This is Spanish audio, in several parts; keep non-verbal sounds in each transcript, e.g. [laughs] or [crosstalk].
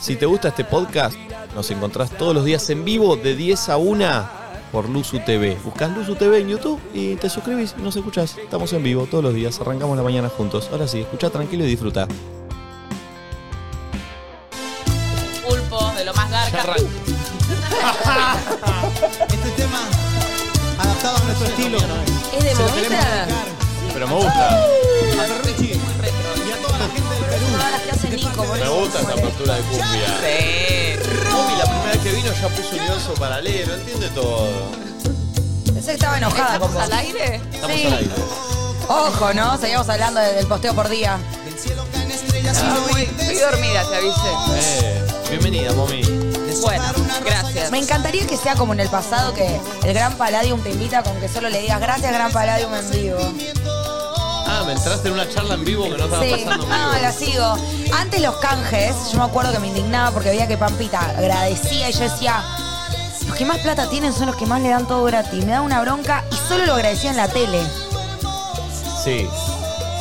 Si te gusta este podcast, nos encontrás todos los días en vivo de 10 a 1 por Luzu TV. Buscás Luzu TV en YouTube y te suscribís y nos escuchás. Estamos en vivo todos los días, arrancamos la mañana juntos. Ahora sí, escucha tranquilo y disfruta. Pulpo, de lo más garca. Este tema adaptado a nuestro estilo. ¿Es de Se lo movida? queremos dedicar Pero me gusta. a Ferrucci y a toda la gente del Perú. Todas las que hace Nico, Me boludo. gusta esa apertura de cumbia. Romy la primera vez que vino ya puso un oso paralelo, entiende todo. Pensé que estaba enojada con ¿Estamos vos. al aire? Estamos Sí. al aire. Ojo, ¿no? Seguimos hablando de- del posteo por día. Del cielo caen estrellas Ah, y muy- hoy Estoy dormida, te avisé. Eh, bienvenida, mami. Bueno, gracias. Me encantaría que sea como en el pasado que el Gran Palladium te invita con que solo le digas gracias Gran Palladium en vivo. Ah, me entraste en una charla en vivo que no estaba Sí, pasando en no, vivo. la sigo. Antes los canjes, yo me acuerdo que me indignaba porque veía que Pampita agradecía y yo decía, los que más plata tienen son los que más le dan todo gratis. Me da una bronca y solo lo agradecía en la tele. Sí.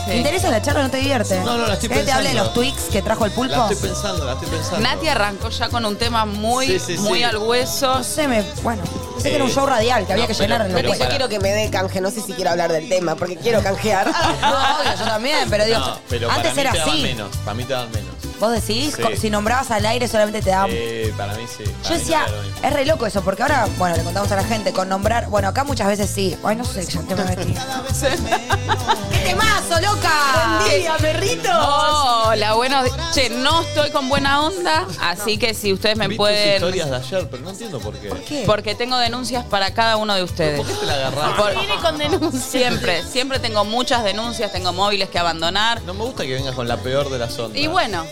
¿Te Sí. interesa la charla o no te divierte? No, no, la estoy ¿Querés que te hable de pensando. los tweaks que trajo el La pulpo? estoy pensando, la estoy pensando. Nati arrancó ya con un tema muy, Sí, sí, sí. muy al hueso. [laughs] No sé, me, bueno, pensé que era un Eh, show radial que había no, que pero- llenar en los pero tweets. Yo Pará. quiero que me dé canje, no sé si quiero hablar del tema, porque [laughs] quiero canjear. Ah, No, obvio, yo también, pero digo, No, pero antes para mí era te daban así. menos. Para mí te daban menos. Vos decís, Sí. co- si nombrabas al aire solamente te daban. Eh, para mí sí. Para yo mí decía, no era lo mismo. es re loco eso, porque ahora, bueno, le contamos a la gente, con nombrar, bueno, acá muchas veces sí. Ay, no sé, ya te me [laughs] metí. ¡Qué temazo, loca! Hola, buenos días. Che, no estoy con buena onda, así que si ustedes me Vi tus pueden. historias de ayer, pero no entiendo por qué. ¿Qué? Porque tengo denuncias para cada uno de ustedes. ¿Por qué te la agarraste? Por- Siempre, siempre tengo muchas denuncias, tengo móviles que abandonar. No me gusta que vengas con la peor de las ondas. Y bueno,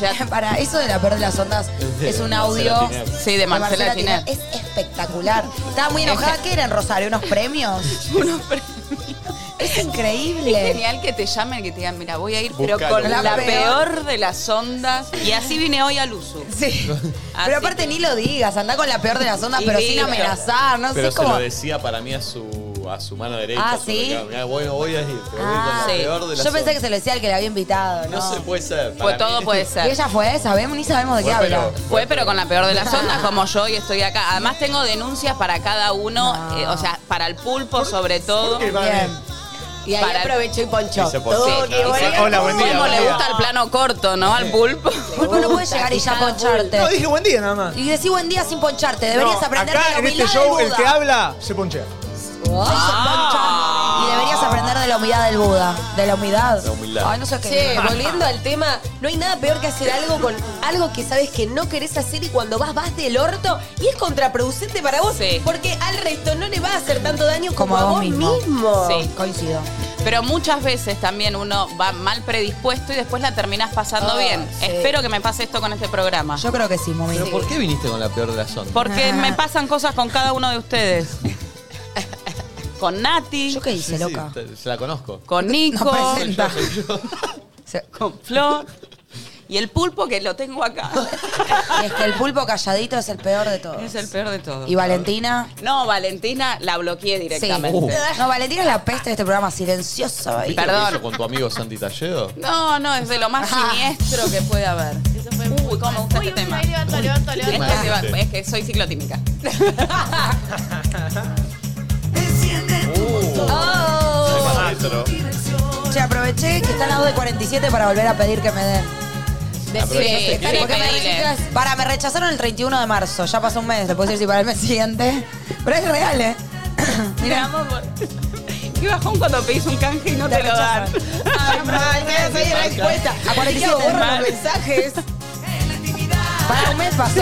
ya [laughs] Para eso de la peor de las ondas [laughs] de es un Marcela audio Tinelli. Sí, de Marcela Tinelli. Es espectacular. Estaba muy enojada. ¿Qué era en Rosario? [laughs] ¿Unos premios? uno pre- Es Es increíble. genial que te llamen, que te digan, mira, voy a ir, pero Búscalo, con la, búscalo. peor de las ondas. Y así vine hoy al uso. Sí. Así Pero aparte que- ni lo digas, anda con la peor de las ondas, Y pero sí, sin amenazar, no pero se sé cómo. lo decía para mí a su, a su mano derecha. Ah, a su ¿sí? recado. Mirá, Bueno, voy a ir. pero voy a ir con Ah, la Sí. peor de las Yo pensé que ondas. se lo decía al que le había invitado, ¿no? No se puede ser. para Pues mí- todo puede Y ser. ella fue, sabemos, ni sabemos de qué Bueno, habla. pero- Fue, pero con la peor de las ondas, como yo, y estoy acá. Además, tengo denuncias para cada uno, No. eh, o sea, para el pulpo sobre todo. Bien. Y ahí Para- aprovecho y poncho. Dice poncho. Todo Sí, que claro. voy a- Hola, buen día. ¿Cómo buen le día. gusta el plano corto, no? Al pulpo. Pulpo no puede llegar y ya poncharte. No, dije buen día nada más. Y decir buen día sin poncharte, deberías No, aprender de acá la en este humildad show del el que Buda. habla se ponchea. Ah. Y deberías aprender de la humildad del Buda. De la humildad. La humildad. Ay, no sé qué. Che, volviendo al tema, no hay nada peor que hacer algo con algo que sabes que no querés hacer y cuando vas, vas del orto y es contraproducente para vos. Sí. Porque al resto no le va a hacer tanto daño como, Como a vos mismo. Sí. Coincido. Pero muchas veces también uno va mal predispuesto y después la terminás pasando Ah, bien. sí. Espero que me pase esto con este programa. Yo creo que sí, Momi. Pero ¿por qué viniste con la peor de las ondas? [laughs] Porque me pasan cosas con cada uno de ustedes. Con Nati, ¿Yo qué Sí, hice, sí, loca? te- se la conozco. con Nico, No presenta. [laughs] Se- con Flor y el pulpo que lo tengo [laughs] acá. Y es que el pulpo calladito es el peor de todos. Es el peor de todos. Y Valentina. No, Valentina la bloqueé Sí. directamente. No, Valentina es la peste de este programa, silenciosa. ahí. ¿Viste lo que Perdón. hizo con tu amigo Santi Talledo? No, no, es de lo más Ah. siniestro que puede haber. Uy, cómo me gusta este tema. Es que, se va- Este. es que soy [laughs] ciclotímica. Uh, Maestro. Che, aproveché que están las 2.47 para volver a pedir que me den. Aprovechaste Sí, que- porque me Pedile. rechazas- para, me rechazaron el 31 de marzo, ya pasó un mes, te puedo decir si para el mes siguiente. Pero es real, ¿eh? Mira, Mira, amo por- Qué bajón cuando pedís un canje y no te, lo dan. rechazan. Ay, mal, ya soy la encuesta. A 47 de Mal. marzo. Mensajes. Para un mes pasó.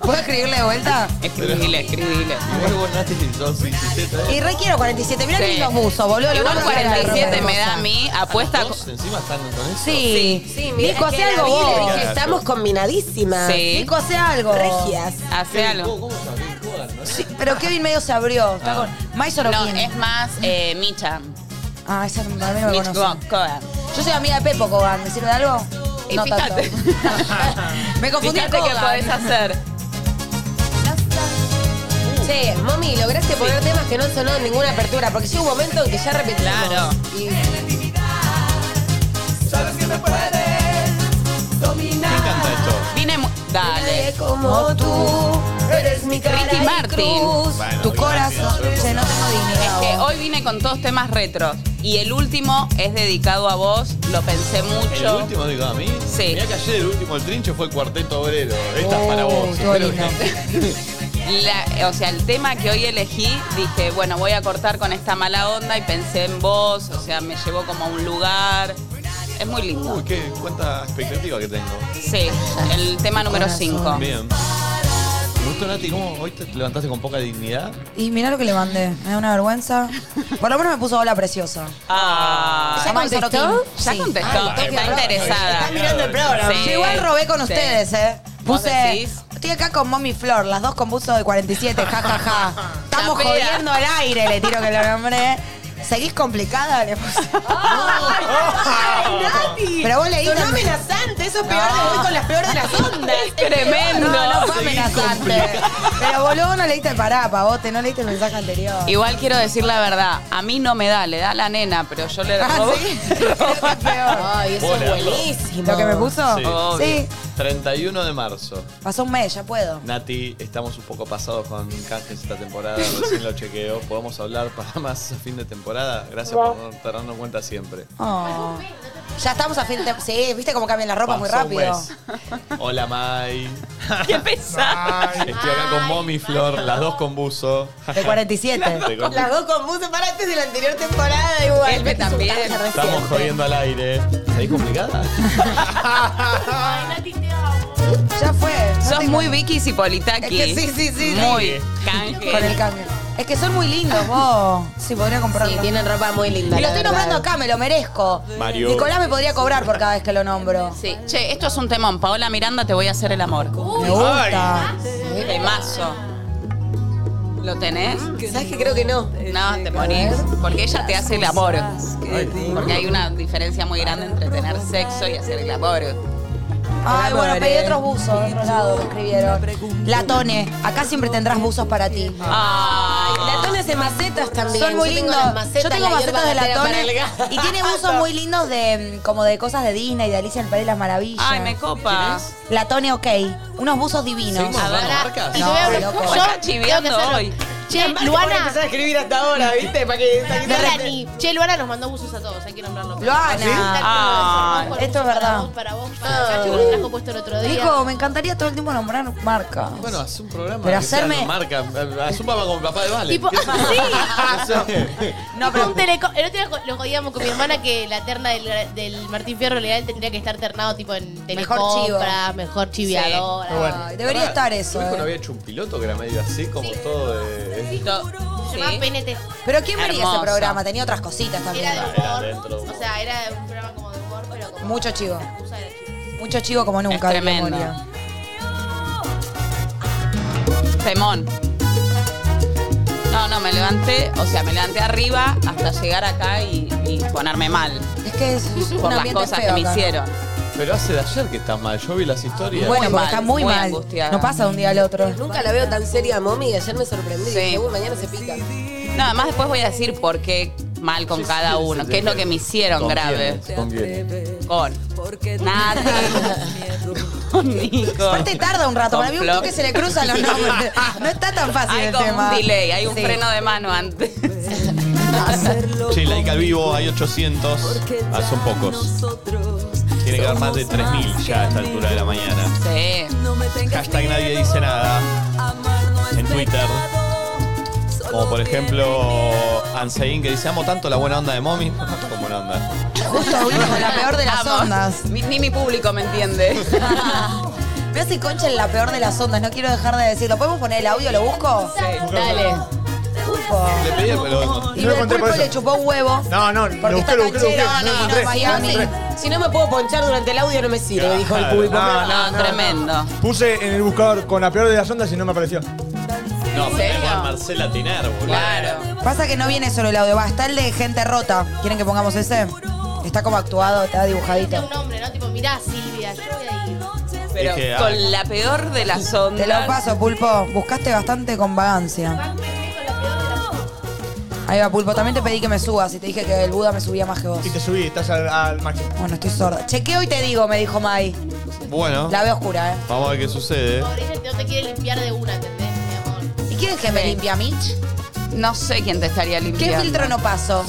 ¿Puedo escribirle de vuelta? [laughs] Escribile, escribile. Igual vos Nati sos sincera. Y requiero 47. Mirá que Sí. lindos buzos, boludo. Le Igual voy a regalar la 47 ropa me da a hermosa. mí apuesta. co- Dos encima están con eso. Sí. Sí, mira. Nico, es hace que la algo vi, le vos. dije, estamos combinadísimas. Sí. Nico, hace algo. Regias. Hace algo. ¿Cómo, cómo estás? Bien, joder, ¿no? Sí, pero Kevin medio se abrió. Está Ah. con... Mai Sorokin. No, es más eh, Micha. Ah, esa no- a mí no me Mitch conoce. Go- Kogan. Yo soy amiga de Pepo Kogan, ¿me sirve de algo? Y no fíjate. [laughs] tanto. me confundí Fíjate con que podés hacer. Che, mami, lograste poner temas que no sonó en ninguna apertura, porque llega un momento en que ya repetimos. Claro. Y- Me encanta esto. Vine Dale. Nadie como tú eres mi cara Ricky y Martin. cruz. Tu corazón, che, no tengo Es dignidad. que vos. hoy vine con todos temas retros y el último es dedicado a vos, lo pensé El mucho. último, digo, a mí. Sí. Mirá que ayer el último, el trincho fue el cuarteto obrero. Esta es para Oh, vos. estuvo Espero que- lindo. La- o sea, el tema que hoy elegí, dije, bueno, voy a cortar con esta mala onda y pensé en vos, o sea, me llevó como a un lugar. Es muy lindo. Uy, qué, cuánta expectativa que tengo. Sí, el tema número 5. Bien. Me gustó, Nati, ¿cómo hoy te levantaste con poca dignidad? Y mirá lo que le mandé. Me da una vergüenza. Por lo menos me puso hola preciosa. Ah, ¿Ya contestó? Ya Sí. contestó, Ah, toque está arroba. interesada. Está mirando el programa. Sí. Yo igual robé con Sí. ustedes, ¿eh? ¿Vos Puse. decís? Estoy acá con Mommy Flor, las dos con buzo de 47, jajaja. Estamos Chapea. jodiendo al aire, le tiro que lo nombré. ¿Seguís complicada? Le puse. ¡Ay, Nati! Pero vos leíste. Sonó amenazante, eso es peor de hoy con las peores de las ondas. Es tremendo. [laughs] No, no fue Seguís amenazante. Pero boludo, no leíste el pará, pavote, no leíste el mensaje anterior. [laughs] Igual quiero decir la verdad, a mí no me da, le da a la nena, pero yo le Ah, robo. sí. [laughs] Eso es peor. Ay, eso Hola. es buenísimo. ¿Lo que me puso? Sí. Obvio. Sí. 31 de marzo. Pasó un mes, ya puedo. Nati, estamos un poco pasados con canjes esta temporada, [laughs] recién lo chequeo. Podemos hablar para más a fin de temporada. Gracias por no darnos cuenta siempre. Oh. Ya estamos a fin de Sí, viste cómo cambian las ropas muy Pasó pues. un rápido. mes. Hola, Mai. [laughs] Qué pesado. Ah, Estoy acá con Momi Flor, las dos con [laughs] buzo. De 47. Te con- Las dos con buzo para antes de la anterior temporada igual. Este Este es un también. canje reciente. Estamos jodiendo al aire. ¿Seguís complicada? Ya fue. no Sos tengo- muy Vicky Cipolitaki. Es que sí, sí, sí. Muy Con el canje. cambio. Es que son muy lindos vos. Sí, podría comprarlo. Sí, tienen ropa muy linda. y lo la estoy verdad. nombrando acá, me lo merezco. Mario. Nicolás me podría cobrar por cada vez que lo nombro. Sí. Che, esto es un temón. Paola Miranda, te voy a hacer el amor. Me gusta. Temazo. ¿Lo tenés? ¿Sabes que creo que no? Mm, No, te morís. Porque ella te hace el amor. Porque hay una diferencia muy grande entre tener sexo y hacer el amor. Ay, bueno, madre. pedí otros buzos de otro lado, me escribieron. Latone, acá siempre tendrás buzos para ti. Ah. Latones de macetas también. Son muy Yo lindos. Tengo las macetas, Yo tengo la macetas de hierba gatera para latón. el gato. Y tiene buzos muy lindos de mm, como de cosas de Disney, de Alicia en el País de las Maravillas. Ay, me copa. Latone OK. Unos buzos divinos. Seguimos. A ver, Pará, y te voy a- No, loco. yo Está tengo que chiviando hacerlo. hoy. Che, Luana Luana. empezó a escribir hasta ahora, ¿viste? Para que Melanie. Che, Luana nos mandó buzos a todos, hay que nombrarlo. Luana. Está todo Ah, eso, ¿no? Con esto es verdad. buzos Para vos, para vos, para Cacho, que lo trajo puesto el otro día. Nico, me encantaría todo el tiempo nombrar marca. Bueno, haz un programa. Pero que sea hacerme- de marca. Haz un papá con papá de Vale. Tipo, ¿Qué sé yo? sí. No [laughs] sé. No, Tipo pero un teleco- el otro día co- lo jodíamos con mi hermana que la terna del, del Martín Fierro legal tendría que estar ternado tipo en telecompra, mejor chiviadora. Ay, debería Pará, estar ¿Tu eso. hijo no eh. había hecho un piloto que era medio así, como todo de. Do- Se llamaba sí. PNT. Pero ¿quién vería ese Hermoso. programa? Tenía otras cositas Era de también. Era dentro de humor. humor. O sea, era un programa como de humor, pero como. Mucho chivo. la excusa era chivo. Mucho chivo como nunca. Es de tremendo. memoria. Temón. No, no, me levanté, o sea, me levanté arriba hasta llegar acá y, y ponerme mal Es que es Mm, un por las ambiente cosas feo que me acá, ¿no? hicieron. Pero hace de ayer que estás mal. Yo vi las historias. Muy Bueno, porque mal, está muy, muy mal. angustiada. No pasa de un día al otro. Nunca la veo tan seria a Momi y ayer me sorprendí. Sí. Uy, mañana se pica. No, además después voy a decir por qué mal con cada uno, qué es lo que me hicieron ¿Con grave. quién? ¿Con quién? Con [laughs] Nati, con Nico. Aparte tarda un rato, Con para mí un Flor. toque se le [laughs] cruzan los nombres. No está tan fácil Hay el como tema. un delay, hay un Sí. freno de mano antes. Che, like al vivo hay 800. Ah, son pocos. Tiene que haber más de 3.000 ya a esta altura de la mañana. Sí. Hashtag nadie dice nada. En Twitter. Como por ejemplo Ansein que dice, amo tanto la buena onda de Momi. [laughs] Como buena onda. Justo vino con la peor de las Amo. ondas. Mi- Ni mi público me entiende. [laughs] Me hace concha en la peor de las ondas, no quiero dejar de decirlo. ¿Podemos poner el audio? ¿Lo busco? Dale. Pulpo. Le pedí, pero. Y Yo lo el conté pulpo por eso. le chupó un huevo. No, no, Porque lo busqué, lo busqué, lo busqué. está No, canchero, no, lo encontré. no lo Miami. encontré. Si no me puedo ponchar durante el audio, no me sirve, dijo el pulpo. No, No, tremendo. Puse en el buscador con la peor de las ondas y no me apareció. No, ¿En tenemos serio? a Marcela Tinar, boludo. Claro. Pasa que no viene solo el audio, va, está el de gente rota. ¿Quieren que pongamos ese? Está como actuado, está Este es un dibujadito. nombre, ¿no? Tipo, mirá, Silvia, yo voy a ir. Pero Dije, ah. con la peor de las ondas. Te lo paso, Pulpo. Buscaste bastante con vagancia. Van, Pepe, con la peor de las ondas. Ahí va, Pulpo. También te pedí que me subas y te dije que el Buda me subía más que vos. Y te subí, estás al, al máximo. Bueno, estoy sorda. Chequeo y te digo, me dijo Mai. Bueno, La veo oscura, ¿eh? vamos a ver qué sucede. Pobre, ella no te quiere limpiar de una, ¿entendés? Mi amor. ¿Y quién es que me limpia, Mitch? No sé quién te estaría ¿Qué limpiando. filtro no paso?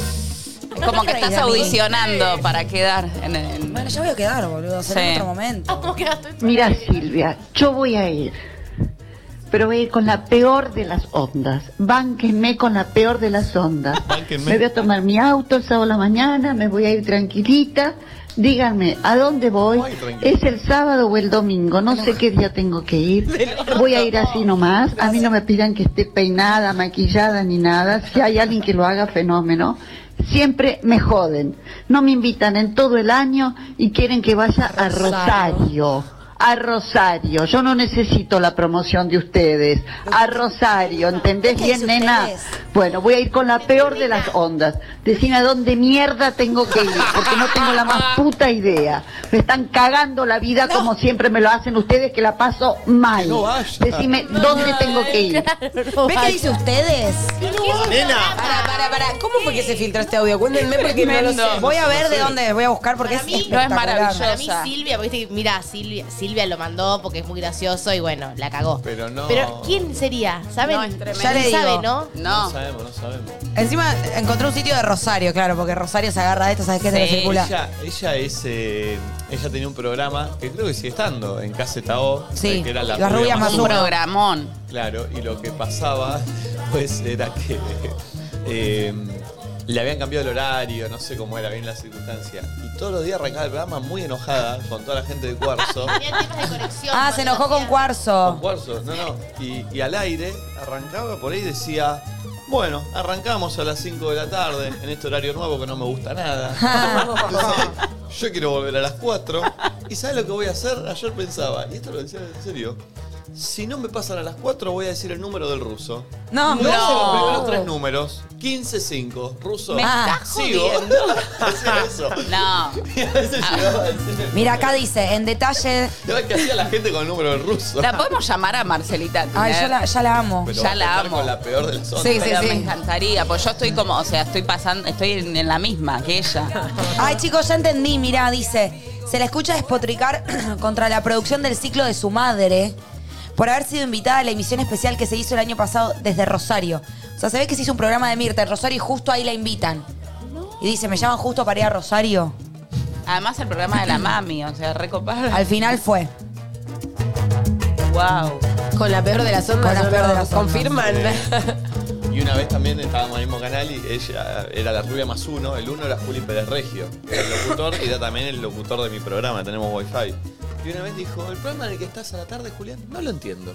Es como que estás audicionando para quedar en el. Bueno, ya voy a quedar, boludo. Será en Sí. otro momento. [laughs] ¿Cómo quedaste? Mira, Silvia, yo voy a ir. Pero voy a ir con la peor de las ondas. Bánquenme con la peor de las ondas. Bánquenme. Me voy a tomar mi auto el sábado a la mañana, me voy a ir tranquilita. Díganme, ¿a dónde voy? Ay, tranquila. ¿Es el sábado o el domingo? No sé qué día tengo que ir. Voy a ir así nomás. A mí no me pidan que esté peinada, maquillada ni nada. Si hay alguien que lo haga, fenómeno. Siempre me joden. No me invitan en todo el año y quieren que vaya a Rosario. A Rosario. Yo no necesito la promoción de ustedes. A Rosario. ¿Entendés ¿Qué bien, dice nena? ustedes? Bueno, voy a ir con la peor de las ondas. Decime a dónde mierda tengo que ir, porque no tengo la más puta idea. Me están cagando la vida como siempre me lo hacen ustedes, que la paso mal. No vaya. Decime dónde tengo que ir. ¿Ve qué dice ustedes? Nena, Para, para, para. ¿Cómo fue que se filtró este audio? Cuéntenme porque no lo sé. Tremendo. Voy a ver de dónde es, voy a buscar porque es Para mí no es espectacular. maravilloso. Para mí Rosa. Silvia, porque viste que, mira, Silvia, Silvia lo mandó porque es muy gracioso y bueno, la cagó. Pero no. Pero ¿quién sería? ¿Saben? No, es tremendo. Ya le ¿Sabe, digo. no? no No. sabemos, no sabemos. Encima encontré un sitio de Rosario, claro, porque Rosario se agarra de esto, ¿sabes qué? Se le Sí. circula. Ella, ella es. eh, ella tenía un programa que creo que sigue estando en Casetao. Sí, Que era la Las rubias más Un uno. programón. Claro, y lo que pasaba, [laughs] pues, era que eh, le habían cambiado el horario, no sé cómo era bien la circunstancia. Y todos los días arrancaba el programa muy enojada con toda la gente de [laughs] Cuarzo. Tenía tiempos de conexión. Ah, se enojó con con Cuarzo. Cuarzo, no, no. Y, y al aire arrancaba por ahí y decía. Bueno, arrancamos a las 5 de la tarde en este horario nuevo que no me gusta nada. Entonces, yo quiero volver a las 4. [laughs] ¿Y sabes lo que voy a hacer? Ayer pensaba, y esto lo decía en serio, si no me pasan a las 4 voy a decir el número del ruso. [laughs] No, No. Los primeros no. tres números. 15-5. Ruso. Oh. Me está Sigo. Hacía eso. No. Y a veces llegaba a decir- Mira, acá dice, en detalle. ¿Sabes qué hacía la gente con el número del ruso? La podemos llamar a Marcelita. Ay, Tiner? yo la, ya la amo. Pero ya va a la tocar amo. Con la peor de las ondas. Sí, sí, Pero me sí. encantaría, pues yo estoy como, o sea, estoy pasando, estoy en, en la misma que ella. Ay, chicos, ya entendí, mirá, dice, se la escucha despotricar [clears throat] contra la producción del ciclo de su madre por haber sido invitada a la emisión especial que se hizo el año pasado desde Rosario. O sea, se ve que se hizo un programa de Mirta en Rosario y justo ahí la invitan. Y dice, me llaman justo para ir a Rosario. Además el programa de la mami, o sea, recopar. Al final fue. Wow. Con la peor de las ondas. Con la ¿no? peor de las ondas. Confirman. Y una vez también estábamos en el mismo canal y ella era la rubia más uno. El uno era Juli Pérez Regio, que era el locutor y era también el locutor de mi programa. Tenemos wifi. Y una vez dijo, el programa en el que estás a la tarde, Julián, no lo entiendo.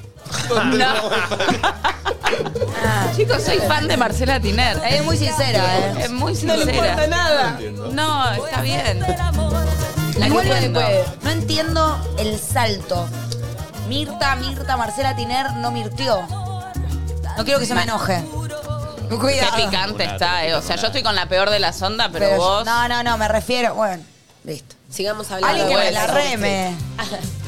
No tengo wifi. [laughs] Chicos, soy fan de Marcela Tiner. Es muy sincera, ¿eh? Es muy No sincera. le importa No nada. entiendo. No, está bien. La Igual que no puede, entiendo, no entiendo el salto. Mirta, Mirta, Marcela Tiner no mirtió. No quiero que se me enoje. Qué [laughs] Cuidado. picante está, eh. O sea, yo estoy con la peor de las ondas, pero, Pero yo- vos. No, no, no, me refiero. Bueno, listo. Sigamos hablando. Alguien que de me la eso. reme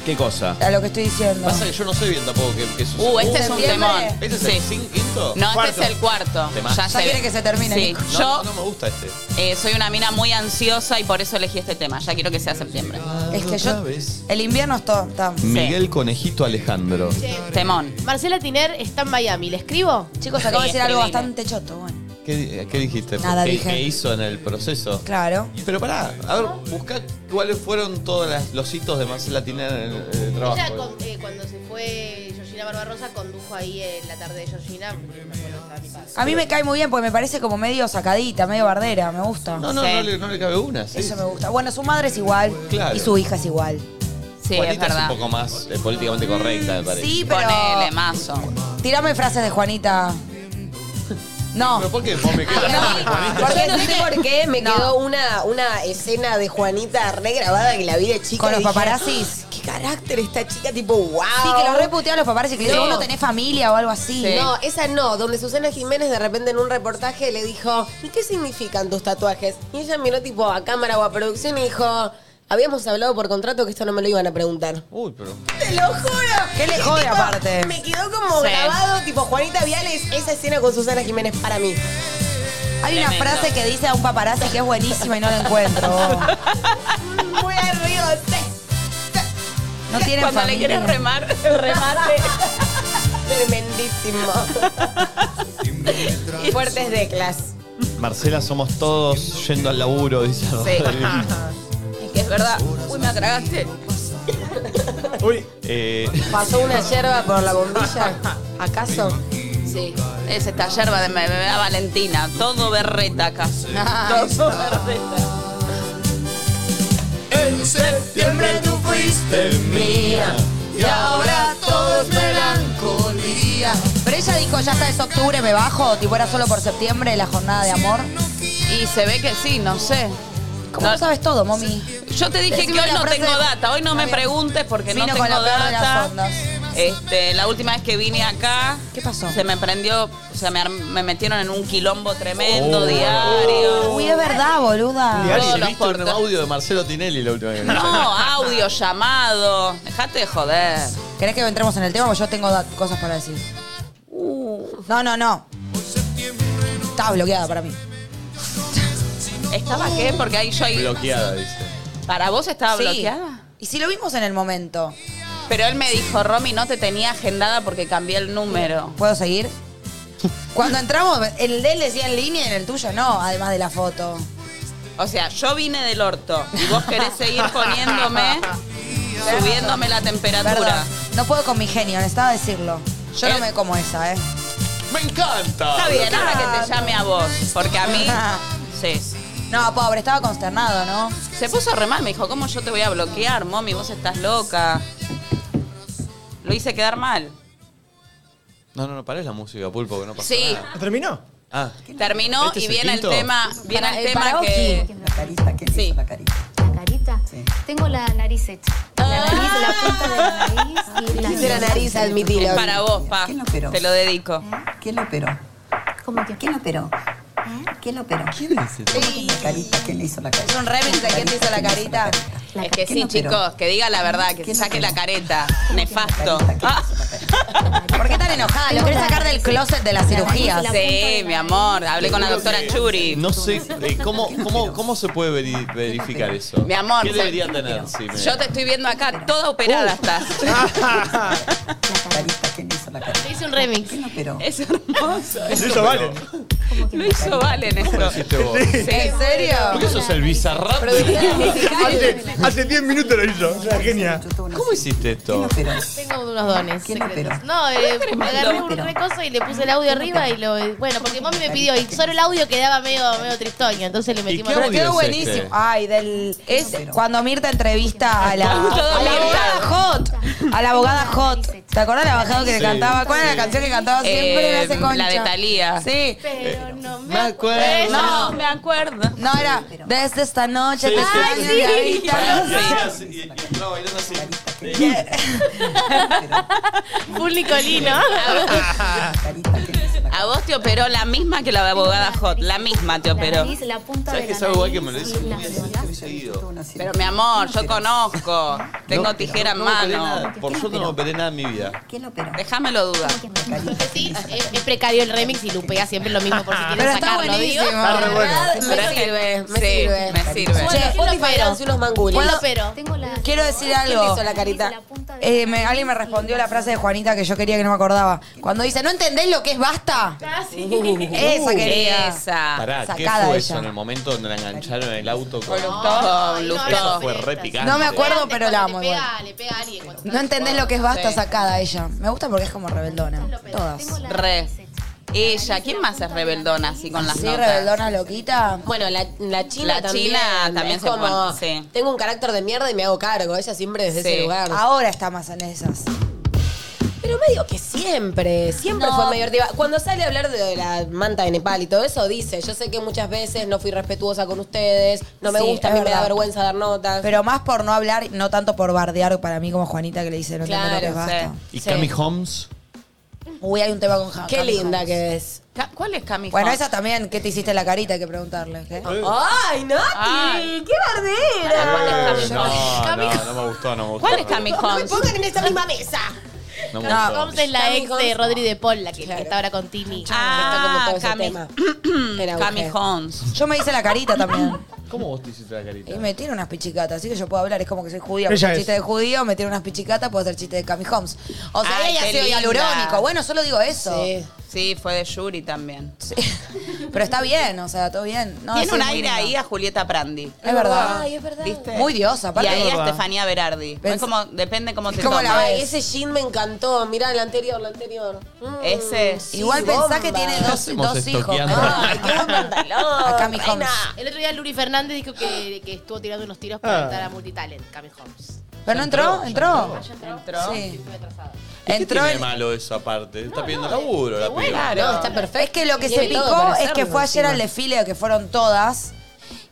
¿Qué cosa? a lo que estoy diciendo. Pasa que yo no sé bien tampoco qué, qué sucede. Uh, este es un ¿Septiembre? temón. ¿Este es Sí. el cin- quinto? No, Cuarto. este es el cuarto. Temazo. Ya, Ya sé. quiere que se termine, Sí. Nico. No, Yo no, no me gusta este. eh, soy una mina muy ansiosa y por eso elegí este tema. Ya quiero que sea septiembre. Es que yo. El invierno está. está- Miguel Conejito Alejandro. Temón. Marcela Tiner está en Miami, ¿le escribo? Chicos, acabo de Sí, decir algo escribile. bastante choto. Bueno, ¿Qué, qué dijiste? Nada ¿Qué, dije. qué hizo en el proceso? claro. Pero pará, a ver, buscá cuáles fueron todos las- los hitos de Marcela Tiner en el, en el Ella trabajo. con- eh, cuando se fue Georgina Barbarosa condujo ahí eh, en la tarde de Georgina. porque me acuerdo que estaba mi padre. A mí me cae muy bien porque me parece como medio sacadita, medio bardera. Me gusta. No, no, Sí. no, le, no le cabe una. Sí. Eso me gusta. Bueno, su madre es igual. Claro. Y su hija es igual. Sí, Juanita es verdad. un poco más eh, políticamente correcta, me parece. Sí, pero. Ponele mazo. Tirame frases de Juanita. No. ¿Pero por qué vos me quedas mal, Juanita? Porque Yo no sé por qué me No. quedó una, una escena de Juanita regrabada que la vi de chica. Con y los dije, "Ah, paparazzis. Qué carácter esta chica, tipo, wow. Sí, que lo reputean los papás y que le dicen, Sí. vos no tenés familia o algo así. Sí. No. No, esa no, donde Susana Jiménez de repente en un reportaje le dijo, ¿y qué significan tus tatuajes? Y ella miró tipo a cámara o a producción y dijo, habíamos hablado por contrato que esto no me lo iban a preguntar. Uy, pero. Te lo juro. ¿Qué le Y, jode tipo, aparte? Me quedó como Sí. grabado, tipo Juanita Viales, esa escena con Susana Jiménez para mí. Hay una frase que dice a un paparazzi que es buenísima y no la encuentro. Muy arriba, sí. No tienen Cuando le familia. quieres remar, [laughs] el remate. Tremendísimo. Fuertes declas. Marcela, somos todos yendo al laburo, dice. Sí. [laughs] Es que es verdad. Uy, me atragaste. Uy, Eh, ¿Pasó una hierba por la bombilla? ¿Acaso? Sí. Es esta yerba de me, me da Valentina. Todo berreta acá. Todo berreta. En septiembre tú fuiste mía y ahora todo es melancolía. Pero ella dijo, ya está, es octubre, me bajo. Tipo, era solo por septiembre la jornada de amor. Y se ve que sí, no sé. ¿Cómo No- sabes todo, mami? Yo te dije Decime que hoy la no frase tengo de- data. Hoy no me Está bien. preguntes porque no Vino tengo con la peor de las data. ondas. Este, la última vez que vine acá, ¿Qué pasó? se me prendió, o sea, me, arm- me metieron en un quilombo tremendo diario. Uy, es verdad, boluda. Diario. todos Ari, los ¿le viste un portales. audio de Marcelo Tinelli la última [laughs] vez? No, audio, llamado. Dejate de joder. ¿Querés que entremos en el tema? Porque yo tengo da- cosas para decir. Uh. No, no, no. Estaba bloqueada para mí. ¿Estaba qué? Porque ahí yo ahí. Bloqueada, dice. ¿Para vos estaba Sí. bloqueada? Y si lo vimos en el momento. Pero él me dijo, Romy, no te tenía agendada porque cambié el número. ¿Puedo seguir? Cuando entramos, el de él decía en línea y en el tuyo no, además de la foto. O sea, yo vine del orto y vos querés seguir [laughs] poniéndome, subiéndome la temperatura. Perdón, no puedo con mi genio, necesitaba decirlo. Yo no Él- me como esa, ¿eh? ¡Me encanta! Está bien, ahora que te llame a vos, porque a mí. [laughs] Sí. No, pobre, estaba consternado, ¿no? Se puso re mal, me dijo, ¿cómo yo te voy a bloquear, mami? Vos estás loca. Lo hice quedar mal. No, no, no, pará la música, Pulpo, que no pasa Sí, nada. ¿terminó? Ah, terminó ¿Este es y el viene el quinto? tema, viene Para- eh, el el tema karaoke. que. La carita, ¿qué es Sí. eso, la carita? La carita, tengo la nariz hecha. La Ah. nariz, la punta de la nariz y la Dice la nariz, admitilo. Es para vos, pa. ¿Quién lo operó? Te lo dedico. ¿Quién lo operó? ¿Cómo que? ¿Quién lo operó? ¿Quién lo operó? ¿Quién le hizo la carita? ¿Quién le hizo la carita? Es un remix de quién te hizo la carita. La Es que ¿Eh? ¿quién sí, lo operó? chicos, que diga la verdad, que se ¿Quién saque operó? la careta. ¿Quién hizo la Nefasto. carita? ¿Quién Ah. hizo la carita? ¿Por qué tan enojada? Lo querés sacar del closet de las cirugías. La punta de Sí, la mi amor, hablé con la doctora Churi. no sé, eh, ¿cómo, cómo, ¿cómo se puede veri- verificar eso? Mi amor, ¿Qué se- debería tener? Sí, me- Yo te estoy viendo acá, toda Uh. operada estás. La carita, ¿quién hizo la carita? Le hice un remix. ¿Quién lo operó? [laughs] Es hermoso. Eso vale. Lo hizo Valen ¿Cómo esto. lo hiciste vos? ¿En serio? ¿Por qué sos el [laughs] bizarrap? Hace, hace 10 minutos lo hizo. O sea, genia. Yo tuve una- ¿Cómo hiciste ¿Quién lo esto? operó? Tengo unos dones. ¿Quién lo secretos. operó? No, eh, agarré un operó? recoso y le puse el audio arriba y lo. Bueno, porque mami me pidió y solo el audio quedaba medio, medio tristoño, entonces le metimos. qué Pero audio quedó es buenísimo. este? Ay, del. Es Pero- cuando Mirta entrevista a la, Todo a la abogada Mirta. Hot. A la abogada Hot. ¿Te acordás del abogado que Sí. cantaba? ¿Cuál era la canción que cantaba siempre? Eh, Me hace concha. la de Thalía. Sí. Pero no me me acuerdo. No, me acuerdo. No, era desde esta noche. Sí, sí, te extraño sí. de ahí, Y Carlos. hacías- y- y entraba bailando así. Full [laughs] Nicolino. Carita, ¿quién hizo la carita? [laughs] A vos te operó la misma que la de abogada Hot. La misma te La operó. nariz, la punta ¿Sabes de que la es algo igual que me lo nariz dice y la muy bien? ciudad. Yo tuve una cirugía. Pero mi amor, ¿Quién yo lo operó? conozco. Tengo No, tijera en no me Ah, operé mano. nada. Por suerte no me operé nada en mi vida. ¿Quién lo operó? Déjamelo dudar. Sí, eh, es, es precario el remix y Lupea siempre lo mismo por si Pero quieren está sacarlo, digo. buenísimo. Ah, La verdad, me Espérate. sirve, me Sí, sirve. me sirve. Bueno, Che, unos farones y unos mangulis. ¿Quién lo operó? Tengo la- Quiero decir ¿Quién le algo. hizo la carita? Eh, me- alguien me respondió la frase de Juanita que yo quería que no me acordaba. Cuando dice, ¿no entendés lo que es basta? [laughs] Esa quería. Esa. Pará, ¿qué Ah, Sacada fue ella. eso en el momento donde la engancharon en el auto con Todo, Ay, no, Lupeo. no, Fue re no. picante. No me acuerdo, pero la amo Le igual. pega, le pega a alguien. cuando No está- entendés lo que es basta Sí. sacada ella. Me gusta porque es como rebeldona. Todas. Re. Ella, ¿quién más es rebeldona así con las Sí, notas? rebeldona loquita. Bueno, la, la China La también. China también es se como, pone- sí. tengo un carácter de mierda y me hago cargo. Ella siempre desde Sí. ese lugar. Ahora está más en esas. Pero medio que siempre, siempre fue medio ortiva. Cuando sale a hablar de la manta de Nepal y todo eso, dice, yo sé que muchas veces no fui respetuosa con ustedes, no me Sí, gusta, a es mí me da verdad. vergüenza dar notas. Pero más por no hablar, no tanto por bardear para mí como Juanita que le dice, no entendés lo que es Claro, basta. ¿Y Sí. Cami Holmes? Uy, hay un tema con Ja- Qué Cami linda Holmes. que es. Ca- ¿Cuál es Cami Bueno, Hot? esa también, ¿qué te hiciste la carita? Hay que preguntarle. ¿eh? ¡Ay, Nati! Ay. ¡Qué bardera! Eh, No, no, no me gustó, no me gustó. ¿Cuál es Cami No me Holmes? pongan en esta misma mesa. No me No. gustó. Holmes es la Cami ex de Holmes. Rodri de Paul, la que, que Claro. está ahora con Tini. Ah, Está como todo ese Cami- [clears throat] tema. Era Cami auge. Holmes. Yo me hice la carita también. ¿Cómo vos te hiciste la carita? Y me tiene unas pichicatas, así que yo puedo hablar. Es como que soy judía, Ella puedo hacer es. chiste de judío, me tiene unas pichicatas, puedo hacer chiste de Cami Holmes. O sea, Ay, ella ha qué sido linda. hialurónico. Bueno, solo digo eso. Sí, sí, fue de Yuri también. [laughs] Pero está bien, o sea, todo bien. No, Tiene sí, un es muy aire lindo. ahí a Julieta Prandi. Es verdad. Ay, es verdad. ¿Viste? Muy diosa, aparte. Y ahí este Es a verdad. Estefanía Berardi. Pens- Es como, depende cómo te ¿Cómo la tomes. Ay, ese jean me encantó. Mirá, el anterior, el anterior. Mm, Ese, sí, Igual pensá que bomba. tiene dos, hacemos dos hijos. estoqueando? Ay, qué buen pantalón. A Cami Holmes. El otro día Luri Fernández dijo que, que estuvo tirando unos tiros para Ah. entrar a Multitalent, Cami Holmes. Pero no entró, entró. Ya entró. Entró. Sí. ¿Y ¿Qué Entró tiene de el- malo esa parte? está pidiendo laburo la piba. No, está perfecto. Es que lo que se Tiene todo picó para es que hacerlo fue ayer encima. al desfile que fueron todas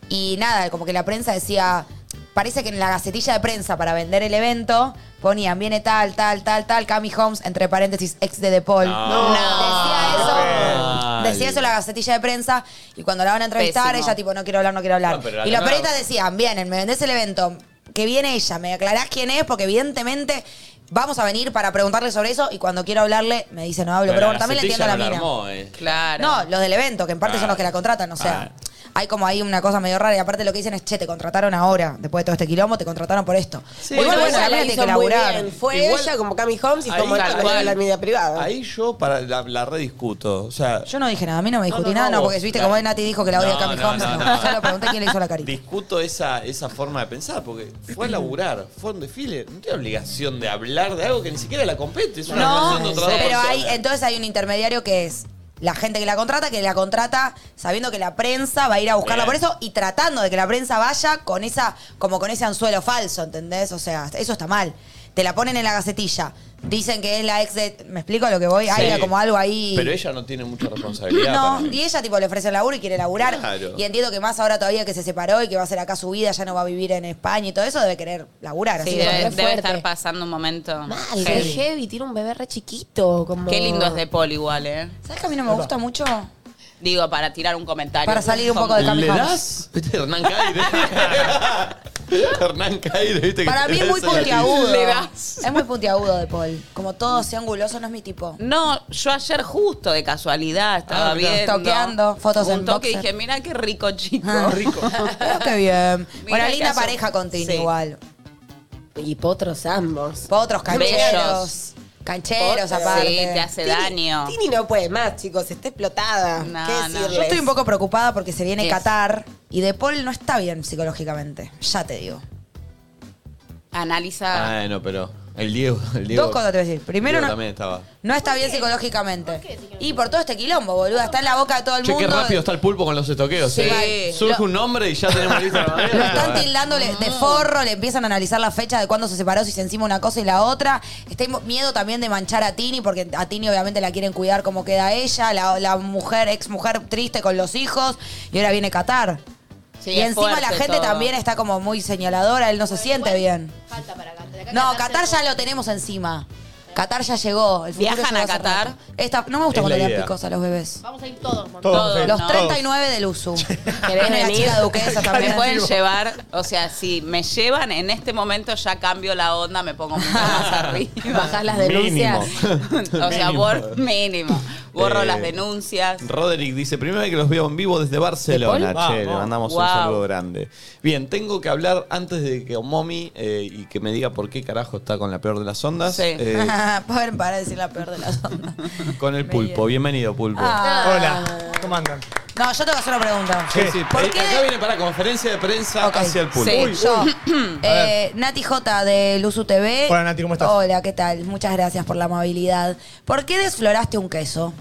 y nada, como que la prensa decía, parece que en la gacetilla de prensa para vender el evento ponían, viene tal, tal, tal, tal, Cami Holmes, entre paréntesis, ex de De Paul. No. Decía eso. Mal. Decía eso la gacetilla de prensa y cuando la van a entrevistar, Pésimo. ella tipo, no quiero hablar, no quiero hablar. No, pero la y los cagaron. periodistas decían, vienen, me vendés el evento, que viene ella, me aclarás quién es, porque evidentemente vamos a venir para preguntarle sobre eso y cuando quiero hablarle me dice, no hablo, pero, la bueno, también le entiendo gacetilla a la no la mina. armó, eh. Claro. No, los del evento, que en parte son Claro. los que la contratan, o sea. Ah. Hay como ahí una cosa medio rara y aparte lo que dicen es, che, te contrataron ahora, después de todo este quilombo, te contrataron por esto. Sí, Igual, ella bueno, la la mina hizo tiene que muy laburar. bien. Fue Igual- ella como Cami Holmes y Ahí, como tal esta cual. la la vida privada. Ahí yo para la, la rediscuto. O sea, Yo no dije nada, a mí no me discutí no, nada, no, vos, porque viste claro. como hoy Nati dijo que la odia No, a Cami no, Holmes, no, no, no. Yo le pregunté quién le hizo la carita. discuto esa, esa forma de pensar, porque fue a laburar, fue a un desfile. No tiene obligación de hablar de algo que ni siquiera la compete. Es una No, relación de otra pero persona. hay, entonces hay un intermediario que es la gente que la contrata, que la contrata sabiendo que la prensa va a ir a buscarla Bien. por eso y tratando de que la prensa vaya con esa, como con ese anzuelo falso, ¿entendés? O sea, eso está mal. Te la ponen en la gacetilla, dicen que es la ex de. ¿Me explico lo que voy? Hay Sí. como algo ahí. Pero ella no tiene mucha responsabilidad. para No, mí. y ella tipo le ofrece el laburo y quiere laburar. Claro. Y entiendo que más ahora todavía que se separó y que va a ser acá su vida, ya no va a vivir en España y todo eso, debe querer laburar. Sí, así que- debe, debe estar pasando un momento. Ay, qué heavy. heavy, tiene un bebé re chiquito. Como... Qué lindo es de Paul igual, ¿eh? ¿Sabes que a mí no me gusta mucho? Digo, para tirar un comentario. Para salir un poco de Cami ¿Le Holmes. das? Viste, Hernán [laughs] Caire. Hernán Caire, viste que Para te mí es das muy en la puntiagudo. tele. Es muy puntiagudo de Paul. Como todo así anguloso no es mi tipo. No, yo ayer justo de casualidad estaba Ah, mirá. viendo. Toqueando fotos un en toque y boxer. dije, mira qué [laughs] rico chico. rico. Qué bien. Mira bueno, que linda hace- pareja con Tini Sí. igual. Y potros ambos. Potros, cancheros. Bellos. Cancheros Potros. aparte. Sí, te hace Tini- daño. Tini no puede más, chicos, está explotada. No, ¿Qué no. decirles? Yo estoy un poco preocupada porque se viene Es. Qatar y de Paul no está bien psicológicamente. Ya te digo. Analiza. Ah, no, pero el Diego, el Diego. Dos cosas te voy a decir. Primero, Diego no- también estaba. No está bien psicológicamente. Y por todo este quilombo, boluda. Está en la boca de todo el Che, qué mundo. rápido está el pulpo con los estoqueos. Sí. eh. Surge un nombre y ya tenemos [laughs] lista la Lo están manera. tildándole de forro, le empiezan a analizar la fecha de cuándo se separó, si se encima una cosa y la otra. Está im- miedo también de manchar a Tini, porque a Tini obviamente la quieren cuidar como queda ella, la, la mujer, ex mujer triste con los hijos, y ahora viene Qatar. Sí, y es encima la fuerte gente todo. también está como muy señaladora, él no se siente bien. No, Qatar ya lo tenemos encima. Qatar ya llegó. El futuro ¿Viajan llegó a hace Qatar? rato. Esta, no me gusta Es cuando la le dan idea. picos a los bebés. Vamos a ir todos, montón. eh, Todos, los no. 39 del USU. [laughs] ¿Querés Viene la venir? [laughs] chica duquesa también. Me pueden llevar, o sea, si me llevan en este momento ya cambio la onda, me pongo mucho más [laughs] arriba. Bajás las denuncias. [laughs] o sea, Mínimo. bor- mínimo. Borro Eh, las denuncias. Roderick dice, primera vez que los veo en vivo desde Barcelona. ¿De Paul? Che, le Vamos. mandamos un Wow. saludo grande. Bien, tengo que hablar antes de que Omomi eh, y que me diga por qué carajo está con la peor de las ondas. Sí. [laughs] eh, Pobre, para decir la peor de las ondas. con el pulpo. Bienvenido, pulpo. Ah, Hola, ¿cómo andan? No, yo tengo que hacer una pregunta. Sí, sí. ¿Por Eh, qué? Acá viene para conferencia de prensa Ok. hacia el pulpo. Sí, Uy, yo. uy. Eh, Nati J de Luzu TV. Hola, Nati, ¿cómo estás? Hola, ¿qué tal? Muchas gracias por la amabilidad. ¿Por qué desfloraste un queso?